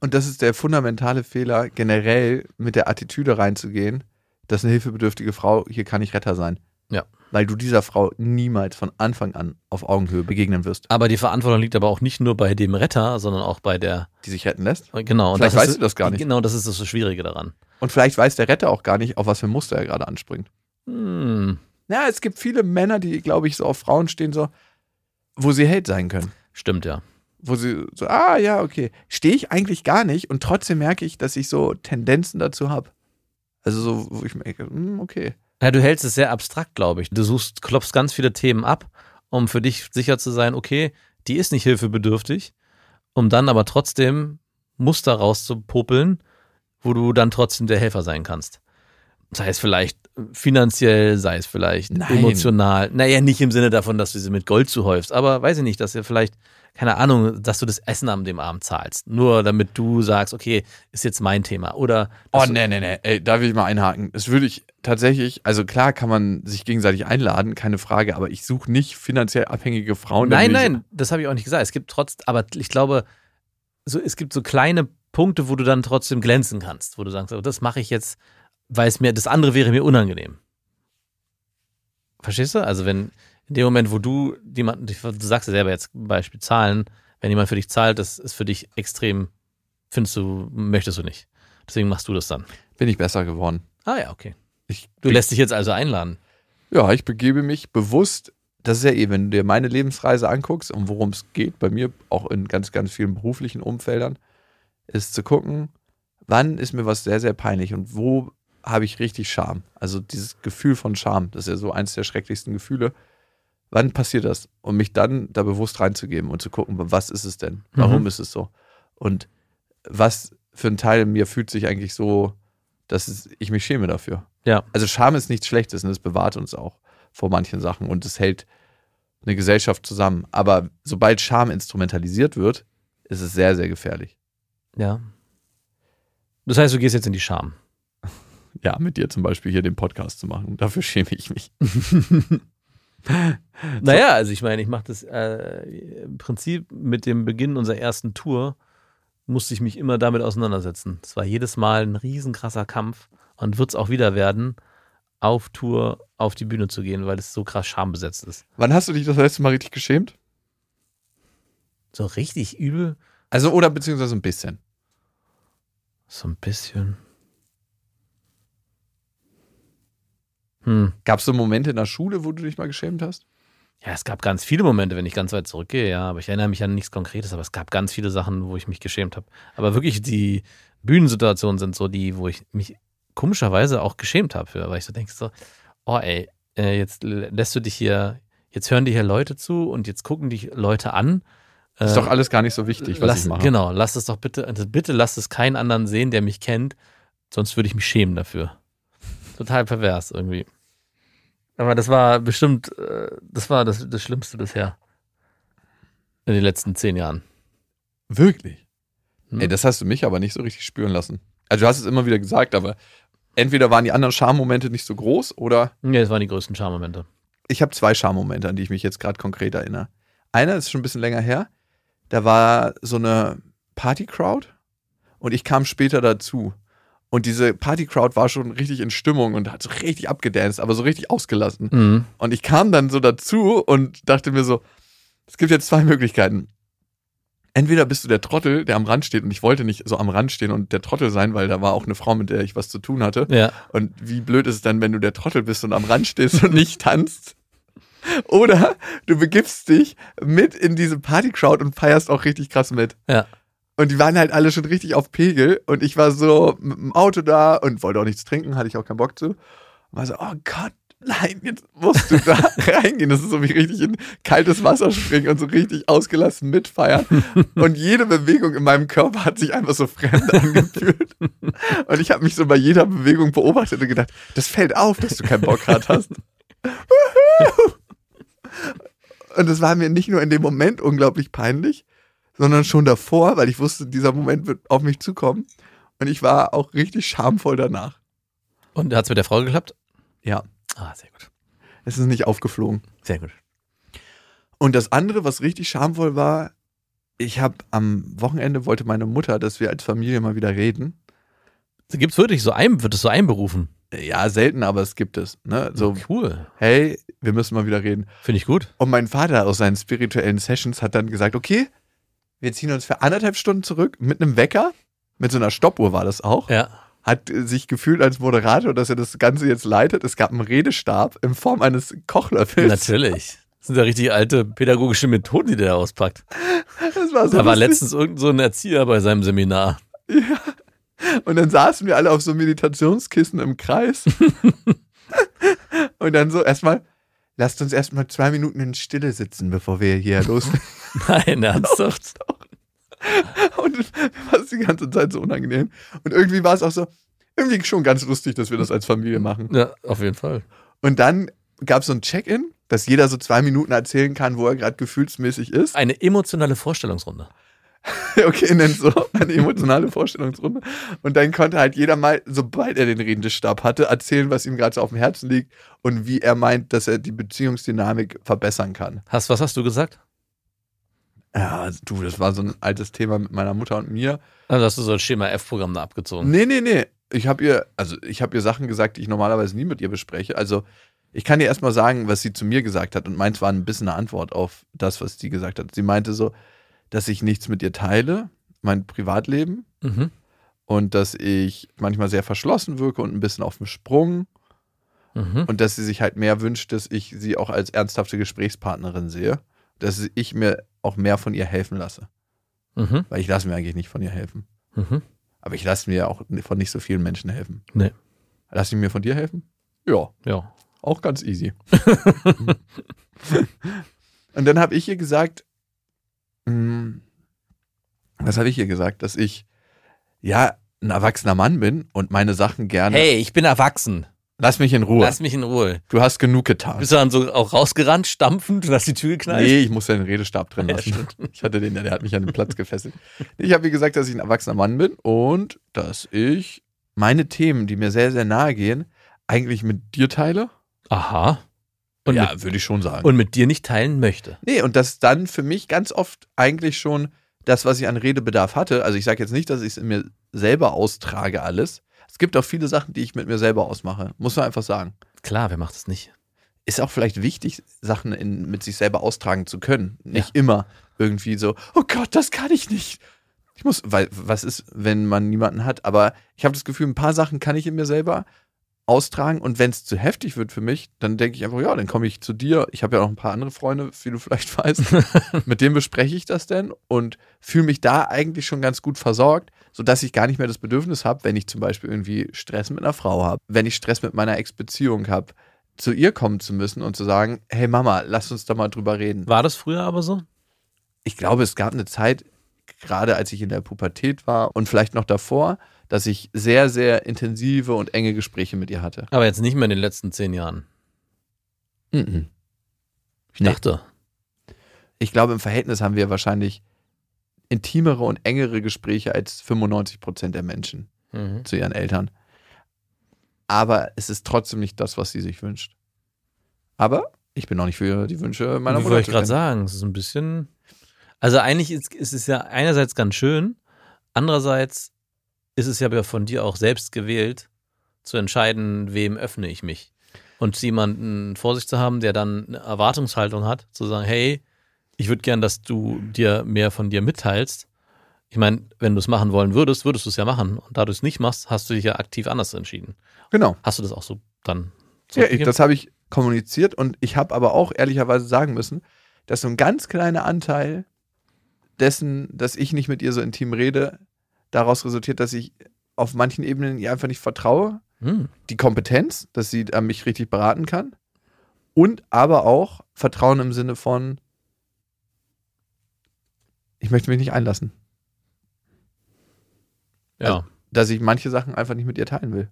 S3: Und das ist der fundamentale Fehler, generell mit der Attitüde reinzugehen, dass eine hilfebedürftige Frau, hier kann ich Retter sein.
S4: Ja.
S3: Weil du dieser Frau niemals von Anfang an auf Augenhöhe begegnen wirst,
S4: Aber die Verantwortung liegt aber auch nicht nur bei dem Retter, sondern auch bei der,
S3: die sich retten lässt.
S4: genau. und
S3: Vielleicht
S4: das
S3: weißt
S4: ist,
S3: du das gar nicht.
S4: Genau, das ist das Schwierige daran.
S3: Und vielleicht weiß der Retter auch gar nicht, auf was für ein Muster er gerade anspringt.
S4: Hm,
S3: Ja, es gibt viele Männer, die, glaube ich, so auf Frauen stehen, so, wo sie Held sein können.
S4: stimmt ja.
S3: Wo sie so, ah ja, okay, stehe ich eigentlich gar nicht und trotzdem merke ich, dass ich so Tendenzen dazu habe. Also so, wo ich merke, hm, okay.
S4: Ja, du hältst es sehr abstrakt, glaube ich. Du suchst, klopfst ganz viele Themen ab, um für dich sicher zu sein, okay, die ist nicht hilfebedürftig, um dann aber trotzdem Muster rauszupopeln, wo du dann trotzdem der Helfer sein kannst. Sei es vielleicht finanziell, sei es vielleicht
S3: Nein.
S4: emotional. Naja, nicht im Sinne davon, dass du sie mit Gold zuhäufst, aber weiß ich nicht, dass ihr vielleicht, keine Ahnung, dass du das Essen am dem Abend zahlst. Nur damit du sagst, okay, ist jetzt mein Thema. Oder
S3: Oh,
S4: dass du-
S3: nee, nee, nee. Ey, da will ich mal einhaken. Das würde ich tatsächlich, also klar kann man sich gegenseitig einladen, keine Frage, aber ich suche nicht finanziell abhängige Frauen.
S4: nein,
S3: damit ich-
S4: nein, das habe ich auch nicht gesagt. Es gibt trotz, aber ich glaube, so, es gibt so kleine Punkte, wo du dann trotzdem glänzen kannst, wo du sagst, oh, das mache ich jetzt, weil es mir, das andere wäre mir unangenehm. Verstehst du? Also wenn in dem Moment, wo du jemanden, du sagst ja selber jetzt zum Beispiel Zahlen, wenn jemand für dich zahlt, das ist für dich extrem, findest du, möchtest du nicht. Deswegen machst du das dann.
S3: Bin ich besser geworden.
S4: Ah ja, okay.
S3: Ich,
S4: Du lässt dich jetzt also einladen.
S3: Ja, ich begebe mich bewusst. Das ist ja eh, wenn du dir meine Lebensreise anguckst und worum es geht, bei mir auch in ganz, ganz vielen beruflichen Umfeldern, ist zu gucken, wann ist mir was sehr, sehr peinlich und wo habe ich richtig Scham. Also dieses Gefühl von Scham, das ist ja so eins der schrecklichsten Gefühle. Wann passiert das? Und mich dann da bewusst reinzugeben und zu gucken, was ist es denn? Warum
S4: Mhm.
S3: ist es so? Und was für ein Teil in mir fühlt sich eigentlich so, dass es, ich mich schäme dafür
S4: Ja.
S3: also Scham ist nichts Schlechtes und es bewahrt uns auch vor manchen Sachen und es hält eine Gesellschaft zusammen. Aber sobald Scham instrumentalisiert wird, ist es sehr, sehr gefährlich.
S4: Ja. Das heißt, du gehst jetzt in die Scham.
S3: Ja, mit dir zum Beispiel hier den Podcast zu machen. Dafür schäme ich mich.
S4: Naja, also ich meine, ich mache das äh, im Prinzip mit dem Beginn unserer ersten Tour musste ich mich immer damit auseinandersetzen. Es war jedes Mal ein riesen krasser Kampf und wird es auch wieder werden, auf Tour auf die Bühne zu gehen, weil es so krass schambesetzt ist.
S3: Wann hast du dich das letzte Mal richtig geschämt?
S4: So richtig übel,
S3: Also, oder beziehungsweise ein bisschen.
S4: so ein bisschen. Hm.
S3: Gab es so Momente in der Schule, wo du dich mal geschämt hast?
S4: Ja, es gab ganz viele Momente, wenn ich ganz weit zurückgehe, ja, aber ich erinnere mich an nichts Konkretes, aber es gab ganz viele Sachen, wo ich mich geschämt habe. Aber wirklich die Bühnensituationen sind so die, wo ich mich komischerweise auch geschämt habe, für, weil ich so denke, so, oh ey, äh, jetzt l- lässt du dich hier, jetzt hören dir hier Leute zu und jetzt gucken dich Leute an
S3: Ist
S4: äh,
S3: doch alles gar nicht so wichtig, was
S4: lass,
S3: ich mache.
S4: Genau, lass es doch bitte, also bitte lass es keinen anderen sehen, der mich kennt, sonst würde ich mich schämen dafür. Total pervers irgendwie. Aber das war bestimmt, äh, das war das, das Schlimmste bisher. In den letzten zehn Jahren.
S3: Wirklich?
S4: Hm?
S3: Ey, das hast du mich aber nicht so richtig spüren lassen. Also du hast es immer wieder gesagt, aber entweder waren die anderen Schammomente nicht so groß oder
S4: nee, das waren die größten Schammomente.
S3: ich habe zwei Schammomente, an die ich mich jetzt gerade konkret erinnere. Einer ist schon ein bisschen länger her. Da war so eine Party-Crowd und ich kam später dazu. Und diese Party-Crowd war schon richtig in Stimmung und hat so richtig abgedanced, aber so richtig ausgelassen.
S4: Mhm.
S3: Und ich kam dann so dazu und dachte mir so, es gibt jetzt zwei Möglichkeiten. Entweder bist du der Trottel, der am Rand steht und ich wollte nicht so am Rand stehen und der Trottel sein, weil da war auch eine Frau, mit der ich was zu tun hatte.
S4: Ja.
S3: Und wie blöd ist es dann, wenn du der Trottel bist und am Rand stehst und nicht tanzt? Oder du begibst dich mit in diese Partycrowd und feierst auch richtig krass mit.
S4: Ja.
S3: Und die waren halt alle schon richtig auf Pegel und ich war so mit dem Auto da und wollte auch nichts trinken, hatte ich auch keinen Bock zu. Und war so, oh Gott, nein, jetzt musst du da reingehen. Das ist so wie richtig in kaltes Wasser springen und so richtig ausgelassen mitfeiern. Und jede Bewegung in meinem Körper hat sich einfach so fremd angefühlt. Und ich habe mich so bei jeder Bewegung beobachtet und gedacht, das fällt auf, dass du keinen Bock grad hast. Wuhu! und das war mir nicht nur in dem Moment unglaublich peinlich, sondern schon davor, weil ich wusste, dieser Moment wird auf mich zukommen. Und ich war auch richtig schamvoll danach.
S4: [laughs] Und hat es mit der Frau geklappt?
S3: Ja,
S4: Ah, sehr gut.
S3: es ist nicht aufgeflogen.
S4: Sehr gut.
S3: Und das andere, was richtig schamvoll war, ich habe am Wochenende wollte meine Mutter, dass wir als Familie mal wieder reden.
S4: Gibt es wirklich so ein, wird es so einberufen?
S3: Ja, selten, aber es gibt es. Ne? So,
S4: Cool.
S3: hey, wir müssen mal wieder reden.
S4: Finde ich gut.
S3: Und mein Vater aus seinen spirituellen Sessions hat dann gesagt, okay, wir ziehen uns für anderthalb Stunden zurück mit einem Wecker, mit so einer Stoppuhr war das auch,
S4: Ja.
S3: hat äh, sich gefühlt als Moderator, dass er das Ganze jetzt leitet. Es gab einen Redestab in Form eines Kochlöffels.
S4: Natürlich. Das sind ja richtig alte pädagogische Methoden, die der da auspackt.
S3: Das war so
S4: Da [laughs] war
S3: lustig.
S4: letztens irgend so ein Erzieher bei seinem Seminar. [laughs]
S3: Und dann saßen wir alle auf so Meditationskissen im Kreis. Und dann so erstmal, lasst uns erstmal zwei Minuten in Stille sitzen, bevor wir hier los.
S4: Nein, ernsthaft. [laughs]
S3: Und mir war es die ganze Zeit so unangenehm. Und irgendwie war es auch so, irgendwie schon ganz lustig, dass wir das als Familie machen.
S4: Ja, auf jeden Fall.
S3: Und dann gab es so ein Check-in, dass jeder so zwei Minuten erzählen kann, wo er gerade gefühlsmäßig ist.
S4: Eine emotionale Vorstellungsrunde.
S3: [laughs] Okay, nennt so eine emotionale Vorstellungsrunde. Und dann konnte halt jeder mal, sobald er den Redestab hatte, erzählen, was ihm gerade so auf dem Herzen liegt und wie er meint, dass er die Beziehungsdynamik verbessern kann.
S4: Hast, was hast du gesagt?
S3: Ja, also du, das war so ein altes Thema mit meiner Mutter und mir.
S4: Also hast du so ein Schema F-Programm da abgezogen.
S3: Nee, nee, nee. Ich habe ihr, also ich habe ihr Sachen gesagt, die ich normalerweise nie mit ihr bespreche. Also ich kann dir erstmal sagen, was sie zu mir gesagt hat. Und meins war ein bisschen eine Antwort auf das, was sie gesagt hat. Sie meinte so, dass ich nichts mit ihr teile, mein Privatleben,
S4: Mhm.
S3: und dass ich manchmal sehr verschlossen wirke und ein bisschen auf dem Sprung.
S4: Mhm.
S3: Und dass sie sich halt mehr wünscht, dass ich sie auch als ernsthafte Gesprächspartnerin sehe. Dass ich mir auch mehr von ihr helfen lasse.
S4: Mhm.
S3: Weil ich lasse mir eigentlich nicht von ihr helfen.
S4: Mhm.
S3: Aber ich lasse mir auch von nicht so vielen Menschen helfen.
S4: Nee.
S3: Lass ich mir von dir helfen? Ja,
S4: Ja.
S3: auch ganz easy. [laughs] Und dann habe ich ihr gesagt, mm, was habe ich ihr gesagt? Dass ich ja ein erwachsener Mann bin und meine Sachen gerne.
S4: Hey, ich bin erwachsen.
S3: Lass mich in Ruhe.
S4: Lass mich in Ruhe.
S3: du hast genug getan.
S4: Bist du dann so auch rausgerannt, stampfend und hast die Tür geknallt?
S3: Nee, ich muss ja den Redestab drin
S4: Ja,
S3: lassen. ich hatte den, der hat mich an den Platz gefesselt. Ich habe ihr gesagt, dass ich ein erwachsener Mann bin und dass ich meine Themen, die mir sehr, sehr nahe gehen, eigentlich mit dir teile.
S4: Aha. Und, mit,
S3: würde ich schon sagen.
S4: und mit dir nicht teilen möchte.
S3: nee, und dass dann für mich ganz oft eigentlich schon das, was ich an Redebedarf hatte, also ich sage jetzt nicht, dass ich es in mir selber austrage alles. Es gibt auch viele Sachen, die ich mit mir selber ausmache, muss man einfach sagen.
S4: Klar, wer macht das nicht?
S3: Ist auch vielleicht wichtig, Sachen in, mit sich selber austragen zu können. Nicht immer irgendwie so, oh Gott, das kann ich nicht. Ich muss, weil, was ist, wenn man niemanden hat? Aber ich habe das Gefühl, ein paar Sachen kann ich in mir selber austragen und wenn es zu heftig wird für mich, dann denke ich einfach, ja, dann komme ich zu dir. Ich habe ja noch ein paar andere Freunde, wie du vielleicht [laughs] weißt. Mit denen bespreche ich das denn und fühle mich da eigentlich schon ganz gut versorgt, sodass ich gar nicht mehr das Bedürfnis habe, wenn ich zum Beispiel irgendwie Stress mit einer Frau habe, wenn ich Stress mit meiner Ex-Beziehung habe, zu ihr kommen zu müssen und zu sagen, hey Mama, lass uns da mal drüber reden.
S4: War das früher aber so?
S3: ich glaube, es gab eine Zeit, gerade als ich in der Pubertät war und vielleicht noch davor, dass ich sehr, sehr intensive und enge Gespräche mit ihr hatte.
S4: Aber jetzt nicht mehr in den letzten zehn Jahren.
S3: Mhm.
S4: Ich
S3: Nee.
S4: dachte.
S3: Ich glaube, im Verhältnis haben wir wahrscheinlich intimere und engere Gespräche als 95 Prozent der Menschen
S4: Mhm.
S3: zu ihren Eltern. Aber es ist trotzdem nicht das, was sie sich wünscht. Aber ich bin auch nicht für die Wünsche meiner
S4: Wie
S3: Mutter.
S4: wollte ich
S3: zu
S4: gerade
S3: stellen.
S4: sagen? Es ist ein bisschen. Also eigentlich ist, ist es ja einerseits ganz schön, andererseits ist es ja aber von dir auch selbst gewählt, zu entscheiden, wem öffne ich mich. Und jemanden vor sich zu haben, der dann eine Erwartungshaltung hat, zu sagen, hey, ich würde gern, dass du dir mehr von dir mitteilst. Ich meine, wenn du es machen wollen würdest, würdest du es ja machen. Und da du es nicht machst, hast du dich ja aktiv anders entschieden.
S3: Genau.
S4: Hast du das auch so dann
S3: Ja, ich,
S4: zurückgegeben?
S3: das habe ich kommuniziert und ich habe aber auch ehrlicherweise sagen müssen, dass so ein ganz kleiner Anteil dessen, dass ich nicht mit ihr so intim rede, daraus resultiert, dass ich auf manchen Ebenen ihr einfach nicht vertraue.
S4: Hm.
S3: Die Kompetenz, dass sie äh, mich richtig beraten kann. Und aber auch Vertrauen im Sinne von, ich möchte mich nicht einlassen.
S4: ja
S3: Dass ich manche Sachen einfach nicht mit ihr teilen will.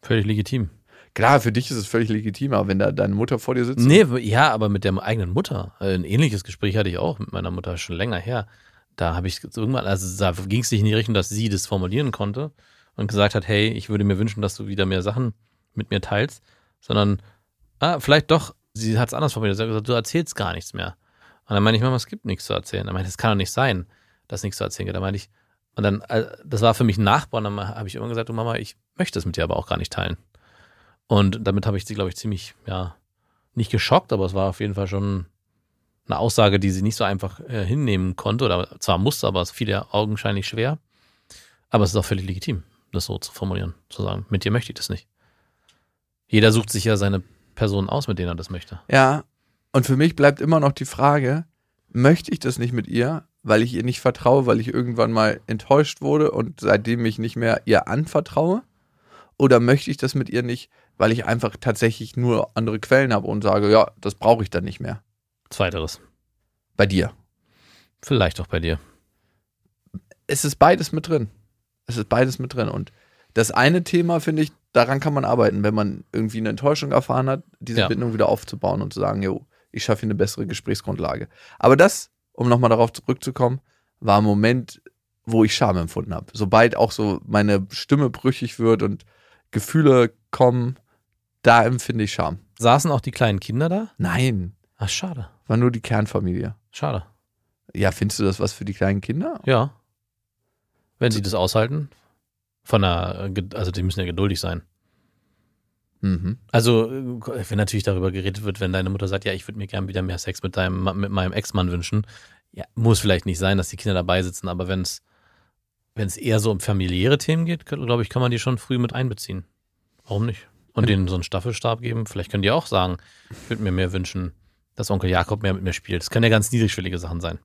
S4: völlig legitim.
S3: Klar, für dich ist es völlig legitim, aber wenn da deine Mutter vor dir sitzt.
S4: Nee, w- ja, aber mit der eigenen Mutter. Äh, Ein ähnliches Gespräch hatte ich auch mit meiner Mutter schon länger her. Da habe ich irgendwann, also da ging es nicht in die Richtung, dass sie das formulieren konnte und gesagt hat, hey, ich würde mir wünschen, dass du wieder mehr Sachen mit mir teilst, sondern, ah, vielleicht doch, sie hat es anders formuliert. Sie hat gesagt, du erzählst gar nichts mehr. Und dann meine ich, Mama, es gibt nichts zu erzählen. Dann meinte ich, das kann doch nicht sein, dass nichts zu erzählen gibt. Dann meinte ich, und dann, äh, das war für mich ein Nachbar, und dann habe ich immer gesagt, du Mama, ich möchte es mit dir aber auch gar nicht teilen. Und damit habe ich sie, glaube ich, ziemlich, ja, nicht geschockt, aber es war auf jeden Fall schon eine Aussage, die sie nicht so einfach äh, hinnehmen konnte oder zwar musste, aber es fiel ihr augenscheinlich schwer. Aber es ist auch völlig legitim, das so zu formulieren, zu sagen, mit dir möchte ich das nicht. Jeder sucht sich ja seine Personen aus, mit denen er das möchte.
S3: Ja, und für mich bleibt immer noch die Frage, möchte ich das nicht mit ihr, weil ich ihr nicht vertraue, weil ich irgendwann mal enttäuscht wurde und seitdem ich nicht mehr ihr anvertraue? Oder möchte ich das mit ihr nicht, weil ich einfach tatsächlich nur andere Quellen habe und sage, ja, das brauche ich dann nicht mehr.
S4: Zweiteres.
S3: Bei dir.
S4: Vielleicht auch bei dir.
S3: Es ist beides mit drin. Es ist beides mit drin. Und das eine Thema, finde ich, daran kann man arbeiten, wenn man irgendwie eine Enttäuschung erfahren hat, diese
S4: Ja.
S3: Bindung wieder aufzubauen und zu sagen, jo, ich schaffe hier eine bessere Gesprächsgrundlage. Aber das, um nochmal darauf zurückzukommen, war ein Moment, wo ich Scham empfunden habe. Sobald auch so meine Stimme brüchig wird und Gefühle kommen, da empfinde ich Scham.
S4: Saßen auch die kleinen Kinder da?
S3: Nein,
S4: Ach, schade.
S3: war nur die Kernfamilie.
S4: Schade.
S3: Ja, findest du das was für die kleinen Kinder?
S4: Ja. Wenn sie das aushalten, von der, also die müssen ja geduldig sein.
S3: Mhm.
S4: Also, äh, wenn natürlich darüber geredet wird, wenn deine Mutter sagt, ja, ich würde mir gern wieder mehr Sex mit deinem, Ma- mit meinem Ex-Mann wünschen, ja, muss vielleicht nicht sein, dass die Kinder dabei sitzen, aber wenn es, wenn es eher so um familiäre Themen geht, glaube ich, kann man die schon früh mit einbeziehen. Warum nicht? Und denen so einen Staffelstab geben, vielleicht können die auch sagen, ich würde mir mehr wünschen, dass Onkel Jakob mehr mit mir spielt. Das können ja ganz niedrigschwellige Sachen sein.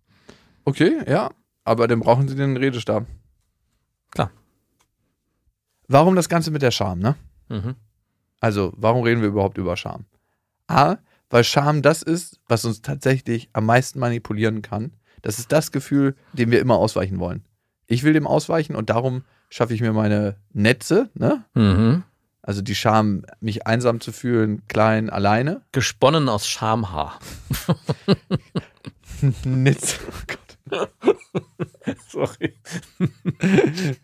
S3: Okay, ja. Aber dann brauchen sie den Redestab.
S4: Klar.
S3: Warum das Ganze mit der Scham, ne?
S4: Mhm.
S3: Also, warum reden wir überhaupt über Scham? A, weil Scham das ist, was uns tatsächlich am meisten manipulieren kann. Das ist das Gefühl, dem wir immer ausweichen wollen. Ich will dem ausweichen und darum schaffe ich mir meine Netze, ne?
S4: Mhm.
S3: Also die Scham, mich einsam zu fühlen, klein, alleine.
S4: Gesponnen aus Schamhaar.
S3: [laughs] Netze. Oh Gott.
S4: [laughs] Sorry.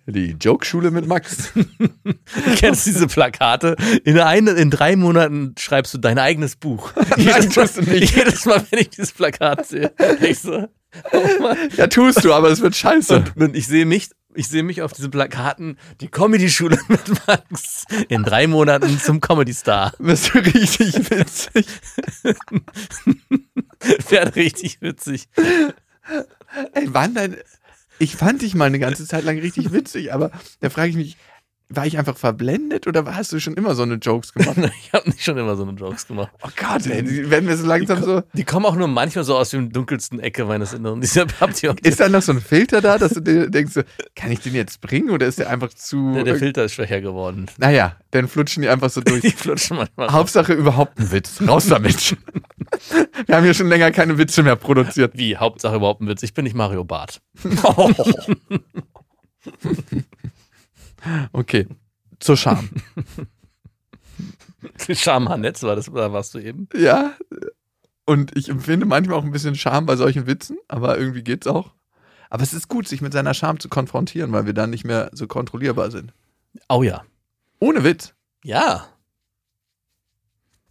S3: Die Jokeschule mit Max. [laughs]
S4: [laughs] Kennst du diese Plakate? In, ein, in drei Monaten schreibst du dein
S3: [laughs]
S4: eigenes Buch. jedes,
S3: tust du nicht.
S4: jedes Mal, wenn ich dieses Plakat sehe, denk
S3: [laughs]
S4: ich so, oh Mann.
S3: Ja, tust du, aber es wird scheiße.
S4: Und ich sehe mich, ich sehe mich auf diesen Plakaten, die Comedy-Schule [laughs] mit Max. In drei Monaten zum Comedy-Star.
S3: Bist du richtig
S4: [laughs]
S3: witzig.
S4: Wäre richtig witzig.
S3: Ey, [laughs] wann denn? Ich fand dich mal eine ganze Zeit lang richtig [laughs] witzig, aber da frage ich mich, war ich einfach verblendet oder hast du schon immer so eine Jokes gemacht?
S4: Ich habe nicht schon immer so eine Jokes gemacht.
S3: [laughs] Oh Gott, ey, die werden wir so langsam so.
S4: Die kommen auch nur manchmal so aus dem dunkelsten Ecke meines Inneren. [laughs] Deshalb habt ihr auch
S3: Ist da noch so ein Filter da, dass du dir denkst, so, kann ich den jetzt bringen oder ist der einfach zu.
S4: der, der Filter ist schwächer geworden.
S3: [laughs] naja, dann flutschen die einfach so durch.
S4: Die flutschen
S3: [laughs]
S4: manchmal.
S3: Hauptsache überhaupt ein Witz. Raus damit. Wir haben hier schon länger keine Witze mehr produziert.
S4: Wie, Hauptsache überhaupt ein Witz. Ich bin nicht Mario [laughs] Barth.
S3: Okay. Zur Scham.
S4: Schamhanetz war das, da warst du eben.
S3: Ja. Und ich empfinde manchmal auch ein bisschen Scham bei solchen Witzen, aber irgendwie geht's auch. Aber es ist gut, sich mit seiner Scham zu konfrontieren, weil wir dann nicht mehr so kontrollierbar sind.
S4: Oh ja.
S3: Ohne Witz.
S4: Ja.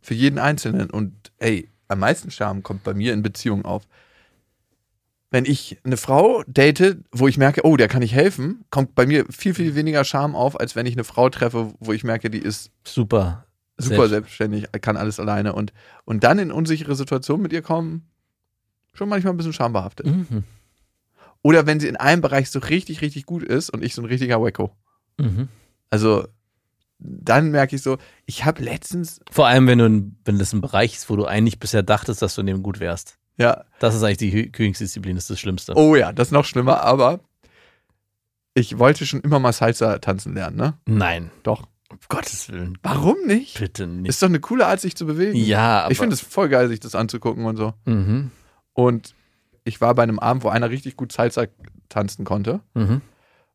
S3: Für jeden Einzelnen. Und ey, am meisten Scham kommt bei mir in Beziehungen auf. Wenn ich eine Frau date, wo ich merke, oh, der kann ich helfen, kommt bei mir viel, viel weniger Scham auf, als wenn ich eine Frau treffe, wo ich merke, die ist
S4: Super.
S3: super
S4: Selbst-
S3: selbstständig, kann alles alleine und, und dann in unsichere Situationen mit ihr kommen, schon manchmal ein bisschen schambehaftet.
S4: Mhm.
S3: Oder wenn sie in einem Bereich so richtig, richtig gut ist und ich so ein richtiger Wacko.
S4: Mhm.
S3: Also dann merke ich so, ich habe letztens,
S4: Vor allem, wenn, du in, wenn das ein Bereich ist, wo du eigentlich bisher dachtest, dass du in dem gut wärst.
S3: ja,
S4: Das ist eigentlich die Hö- Königsdisziplin, das ist das Schlimmste.
S3: oh ja, das ist noch schlimmer, aber ich wollte schon immer mal Salsa tanzen lernen, ne?
S4: Nein.
S3: Doch.
S4: Um Gottes Willen.
S3: Warum nicht?
S4: Bitte nicht.
S3: Ist doch eine coole Art, sich zu bewegen.
S4: Ja, aber.
S3: ich finde es voll geil, sich das anzugucken und so.
S4: Mhm.
S3: Und ich war bei einem Abend, wo einer richtig gut Salsa tanzen konnte.
S4: Mhm.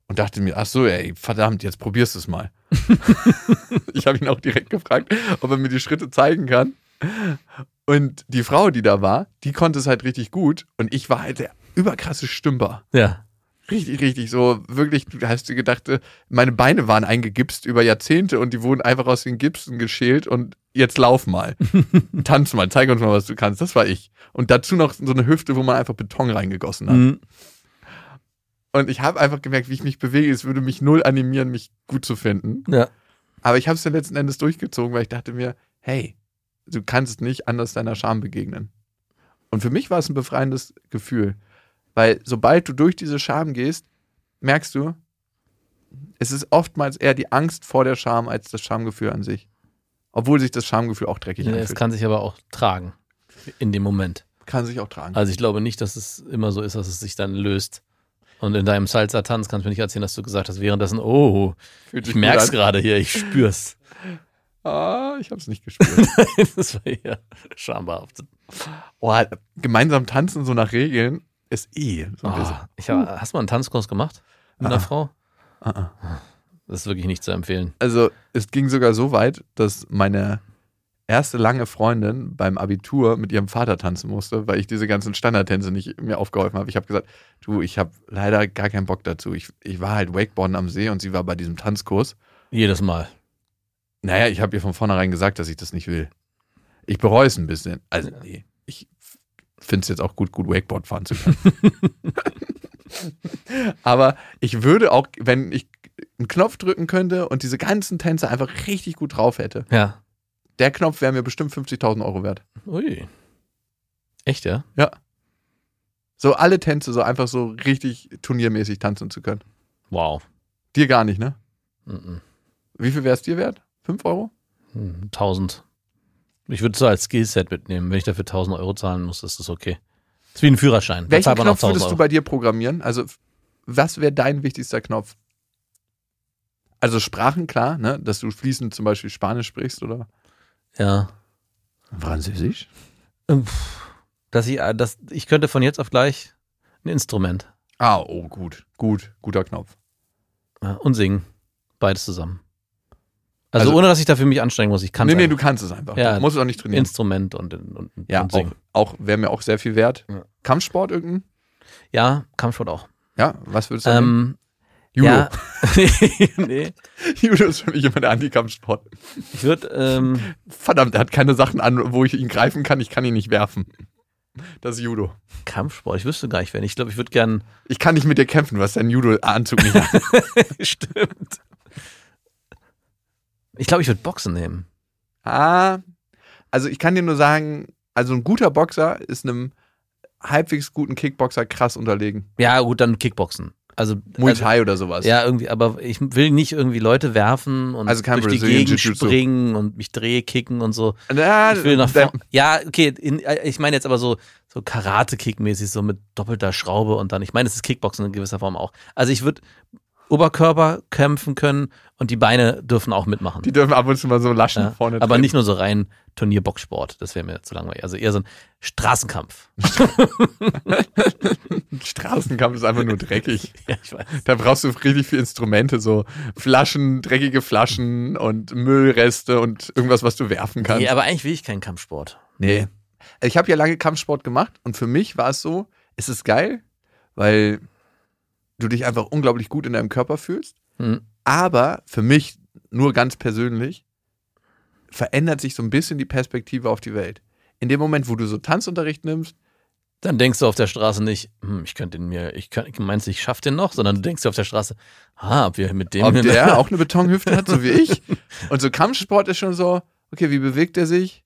S3: und dachte mir, ach so, ey, verdammt, jetzt probierst du es mal. ich habe ihn auch direkt gefragt, ob er mir die Schritte zeigen kann. Und die Frau, die da war, die konnte es halt richtig gut und ich war halt der überkrasse Stümper.
S4: Ja.
S3: Richtig, richtig, so wirklich, du hast dir gedacht, äh, meine Beine waren eingegipst über Jahrzehnte und die wurden einfach aus den Gipsen geschält und jetzt lauf mal, tanz mal, zeig uns mal, was du kannst. Das war ich. Und dazu noch so eine Hüfte, wo man einfach Beton reingegossen hat.
S4: Mhm.
S3: Und ich habe einfach gemerkt, wie ich mich bewege. Es würde mich null animieren, mich gut zu finden.
S4: Ja.
S3: Aber ich habe es dann letzten Endes durchgezogen, weil ich dachte mir, hey, du kannst nicht anders deiner Scham begegnen. Und für mich war es ein befreiendes Gefühl, weil sobald du durch diese Scham gehst, merkst du, es ist oftmals eher die Angst vor der Scham als das Schamgefühl an sich. Obwohl sich das Schamgefühl auch dreckig
S4: Ja, es
S3: anfühlt.
S4: kann sich aber auch tragen. In dem Moment.
S3: kann sich auch tragen.
S4: Also ich glaube nicht, dass es immer so ist, dass es sich dann löst. Und in deinem Salsa-Tanz kannst du mir nicht erzählen, dass du gesagt hast, währenddessen, oh,
S3: Fühlt sich
S4: ich
S3: gut
S4: merk's
S3: an.
S4: gerade hier, ich spür's. [laughs]
S3: Ah, ich habe es nicht gespürt. [laughs]
S4: das war ja schambehaft.
S3: oh, gemeinsam tanzen so nach Regeln ist eh so ein
S4: Oh,
S3: bisschen.
S4: ich hab, hast du mal einen Tanzkurs gemacht mit
S3: Ah.
S4: einer Frau?
S3: Ah, ah.
S4: Das ist wirklich nicht zu empfehlen.
S3: also es ging sogar so weit, dass meine erste lange Freundin beim Abitur mit ihrem Vater tanzen musste, weil ich diese ganzen Standardtänze nicht mir aufgeholfen habe. Ich habe gesagt, du, ich habe leider gar keinen Bock dazu. Ich, ich war halt Wakeboarden am See und sie war bei diesem Tanzkurs.
S4: Jedes Mal.
S3: Naja, ich habe ihr von vornherein gesagt, dass ich das nicht will. Ich bereue es ein bisschen. Also, nee, ich finde es jetzt auch gut, gut Wakeboard fahren zu können. Aber ich würde auch, wenn ich einen Knopf drücken könnte und diese ganzen Tänze einfach richtig gut drauf hätte,
S4: Ja.
S3: der Knopf wäre mir bestimmt 50.000 Euro wert.
S4: Ui. Echt, ja?
S3: So alle Tänze, so einfach so richtig turniermäßig tanzen zu können.
S4: Wow.
S3: Dir gar nicht, ne?
S4: Mhm.
S3: Wie viel wäre es dir wert? 5 Euro?
S4: Hm, 1000. Ich würde es so als Skillset mitnehmen. Wenn ich dafür 1000 Euro zahlen muss, ist das okay. ist wie ein Führerschein. Da
S3: Welchen
S4: zahlt man auch
S3: Knopf würdest
S4: 1000
S3: du bei dir programmieren? Also, f- was wäre dein wichtigster Knopf? Also Sprachen, klar, ne? dass du fließend zum Beispiel Spanisch sprichst oder
S4: Ja.
S3: Französisch.
S4: Ähm, pff, Dass ich, äh, dass ich könnte von jetzt auf gleich ein Instrument
S3: Ah, oh, gut, gut, guter Knopf.
S4: äh, und singen. Beides zusammen. Also,
S3: Also-
S4: ohne, dass ich dafür mich anstrengen muss. Ich kann
S3: nee, nee, du
S4: einfach.
S3: kannst es einfach.
S4: Ja,
S3: du musst es auch nicht trainieren.
S4: Instrument und, und, und,
S3: ja,
S4: und
S3: auch,
S4: singen.
S3: auch wäre mir auch sehr viel wert.
S4: Ja.
S3: Kampfsport irgendein?
S4: Ja, Kampfsport auch.
S3: Ja, was würdest du nehmen?
S4: Ähm,
S3: Judo. [laughs]
S4: Ja. nee.
S3: Judo ist für mich immer der Antikampfsport.
S4: Ich würde, ähm,
S3: Verdammt, er hat keine Sachen an, wo ich ihn greifen kann. Ich kann ihn nicht werfen. Das ist Judo.
S4: Kampfsport, ich wüsste gar nicht, wenn. Ich glaube, ich würde
S3: [laughs]
S4: gern.
S3: Ich kann nicht mit dir kämpfen, du hast deinen Judo-Anzug nicht an.
S4: Stimmt. Ich glaube, ich würde Boxen nehmen.
S3: Ah, also ich kann dir nur sagen, also ein guter Boxer ist einem halbwegs guten Kickboxer krass unterlegen.
S4: Ja, gut, dann Kickboxen. Also,
S3: Muay
S4: also-
S3: Thai oder sowas.
S4: Ja, irgendwie, aber ich will nicht irgendwie Leute werfen und
S3: Also kein
S4: durch die
S3: Brazilian
S4: Gegend
S3: Jiu-Jitsu.
S4: springen und mich drehkicken und so.
S3: Na,
S4: Ich will nach
S3: da-
S4: vorn- Ja, okay, in, äh, ich meine jetzt aber so, so Karate-Kick-mäßig, so mit doppelter Schraube und dann, ich meine, es ist Kickboxen in gewisser Form auch. Also ich würde Oberkörper kämpfen können Und die Beine dürfen auch mitmachen.
S3: Die dürfen ab und zu mal so laschen
S4: ja,
S3: vorne.
S4: aber
S3: drin.
S4: nicht nur so rein Turnierboxsport, das wäre mir zu langweilig. Also eher so ein Straßenkampf.
S3: Straßenkampf ist einfach nur dreckig.
S4: [laughs] ja, ich weiß.
S3: Da brauchst du richtig viele Instrumente, so Flaschen, dreckige Flaschen und Müllreste und irgendwas, was du werfen kannst.
S4: Nee, aber eigentlich will ich keinen Kampfsport.
S3: Nee. Ich habe ja lange Kampfsport gemacht und für mich war es so, es ist geil, weil du dich einfach unglaublich gut in deinem Körper fühlst.
S4: Hm.
S3: Aber für mich, nur ganz persönlich, verändert sich so ein bisschen die Perspektive auf die Welt. In dem Moment, wo du so Tanzunterricht nimmst,
S4: Dann denkst du auf der Straße nicht, hm, ich könnte den mir, ich kann, meinst du, ich schaff den noch, sondern du denkst dir auf der Straße, ah, ob wir mit dem
S3: ob
S4: [laughs]
S3: der auch eine Betonhüfte hat, so wie ich. Und so Kampfsport ist schon so, okay, wie bewegt er sich?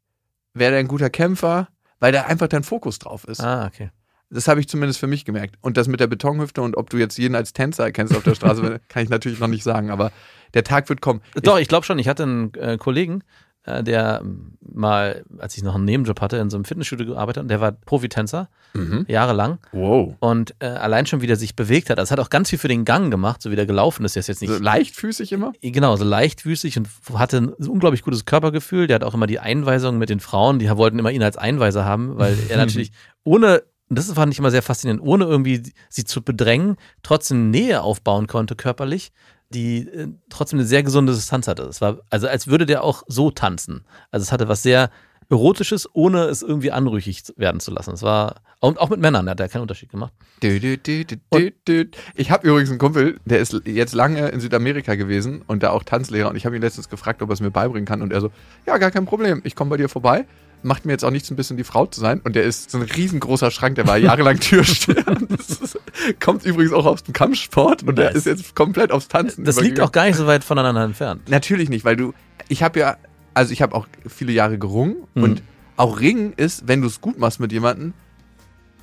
S3: Wäre er ein guter Kämpfer? Weil da einfach dein Fokus drauf ist.
S4: Ah, okay.
S3: Das habe ich zumindest für mich gemerkt. Und das mit der Betonhüfte und ob du jetzt jeden als Tänzer erkennst auf der Straße, [laughs] kann ich natürlich noch nicht sagen, aber der Tag wird kommen.
S4: Doch, ich glaube schon. Ich hatte einen äh, Kollegen, äh, der ähm, mal, als ich noch einen Nebenjob hatte, in so einem Fitnessstudio gearbeitet hat. und Der war Profitänzer,
S3: Mhm.
S4: jahrelang.
S3: Wow.
S4: Und äh, allein schon, wie der sich bewegt hat. Das hat auch ganz viel für den Gang gemacht, so wie der gelaufen ist. Der ist jetzt nicht
S3: So leichtfüßig immer?
S4: Genau, so leichtfüßig und hatte ein unglaublich gutes Körpergefühl. Der hat auch immer die Einweisung mit den Frauen, die wollten immer ihn als Einweiser haben, weil er natürlich ohne, und das fand ich immer sehr faszinierend, ohne irgendwie sie zu bedrängen, trotzdem Nähe aufbauen konnte körperlich, die äh, trotzdem eine sehr gesunde Distanz hatte. Es war, also als würde der auch so tanzen. Also es hatte was sehr Erotisches, ohne es irgendwie anrüchig zu- werden zu lassen. Es war, und auch mit Männern hat er keinen Unterschied gemacht.
S3: Dü, dü, dü, dü, dü, dü. Ich habe übrigens einen Kumpel, der ist jetzt lange in Südamerika gewesen und da auch Tanzlehrer. Und ich habe ihn letztens gefragt, ob er es mir beibringen kann. Und er so, ja, gar kein Problem. Ich komme bei dir vorbei. Macht mir jetzt auch nichts, ein bisschen die Frau zu sein. Und der ist so ein riesengroßer Schrank, der war jahrelang [laughs] Türsteher. Das ist, kommt übrigens auch aus dem Kampfsport und der ist
S4: Nice.
S3: jetzt komplett aufs Tanzen.
S4: Das liegt
S3: übergegangen.
S4: auch gar nicht so weit voneinander entfernt.
S3: Natürlich nicht, weil du, ich habe ja, also ich habe auch viele Jahre gerungen
S4: Mhm.
S3: und auch Ringen ist, wenn du es gut machst mit jemandem,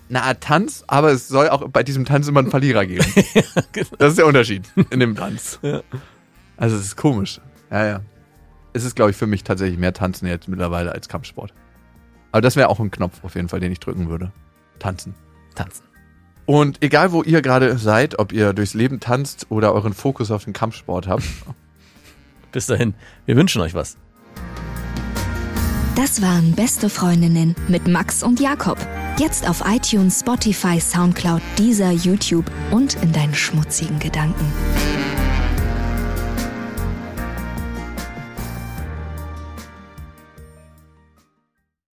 S3: eine Art Tanz, aber es soll auch bei diesem Tanz immer einen Verlierer
S4: [laughs]
S3: geben. Das ist der Unterschied in dem Tanz.
S4: genau. Ja.
S3: Also es ist komisch. Ja, ja. Es ist, glaube ich, für mich tatsächlich mehr Tanzen jetzt mittlerweile als Kampfsport. Aber das wäre auch ein Knopf auf jeden Fall, den ich drücken würde. Tanzen.
S4: Tanzen.
S3: Und egal, wo ihr gerade seid, ob ihr durchs Leben tanzt oder euren Fokus auf den Kampfsport habt,
S4: [laughs] Bis dahin, wir wünschen euch was.
S1: Das waren Beste Freundinnen mit Max und Jakob. Jetzt auf iTunes, Spotify, Soundcloud, Deezer, YouTube und in deinen schmutzigen Gedanken.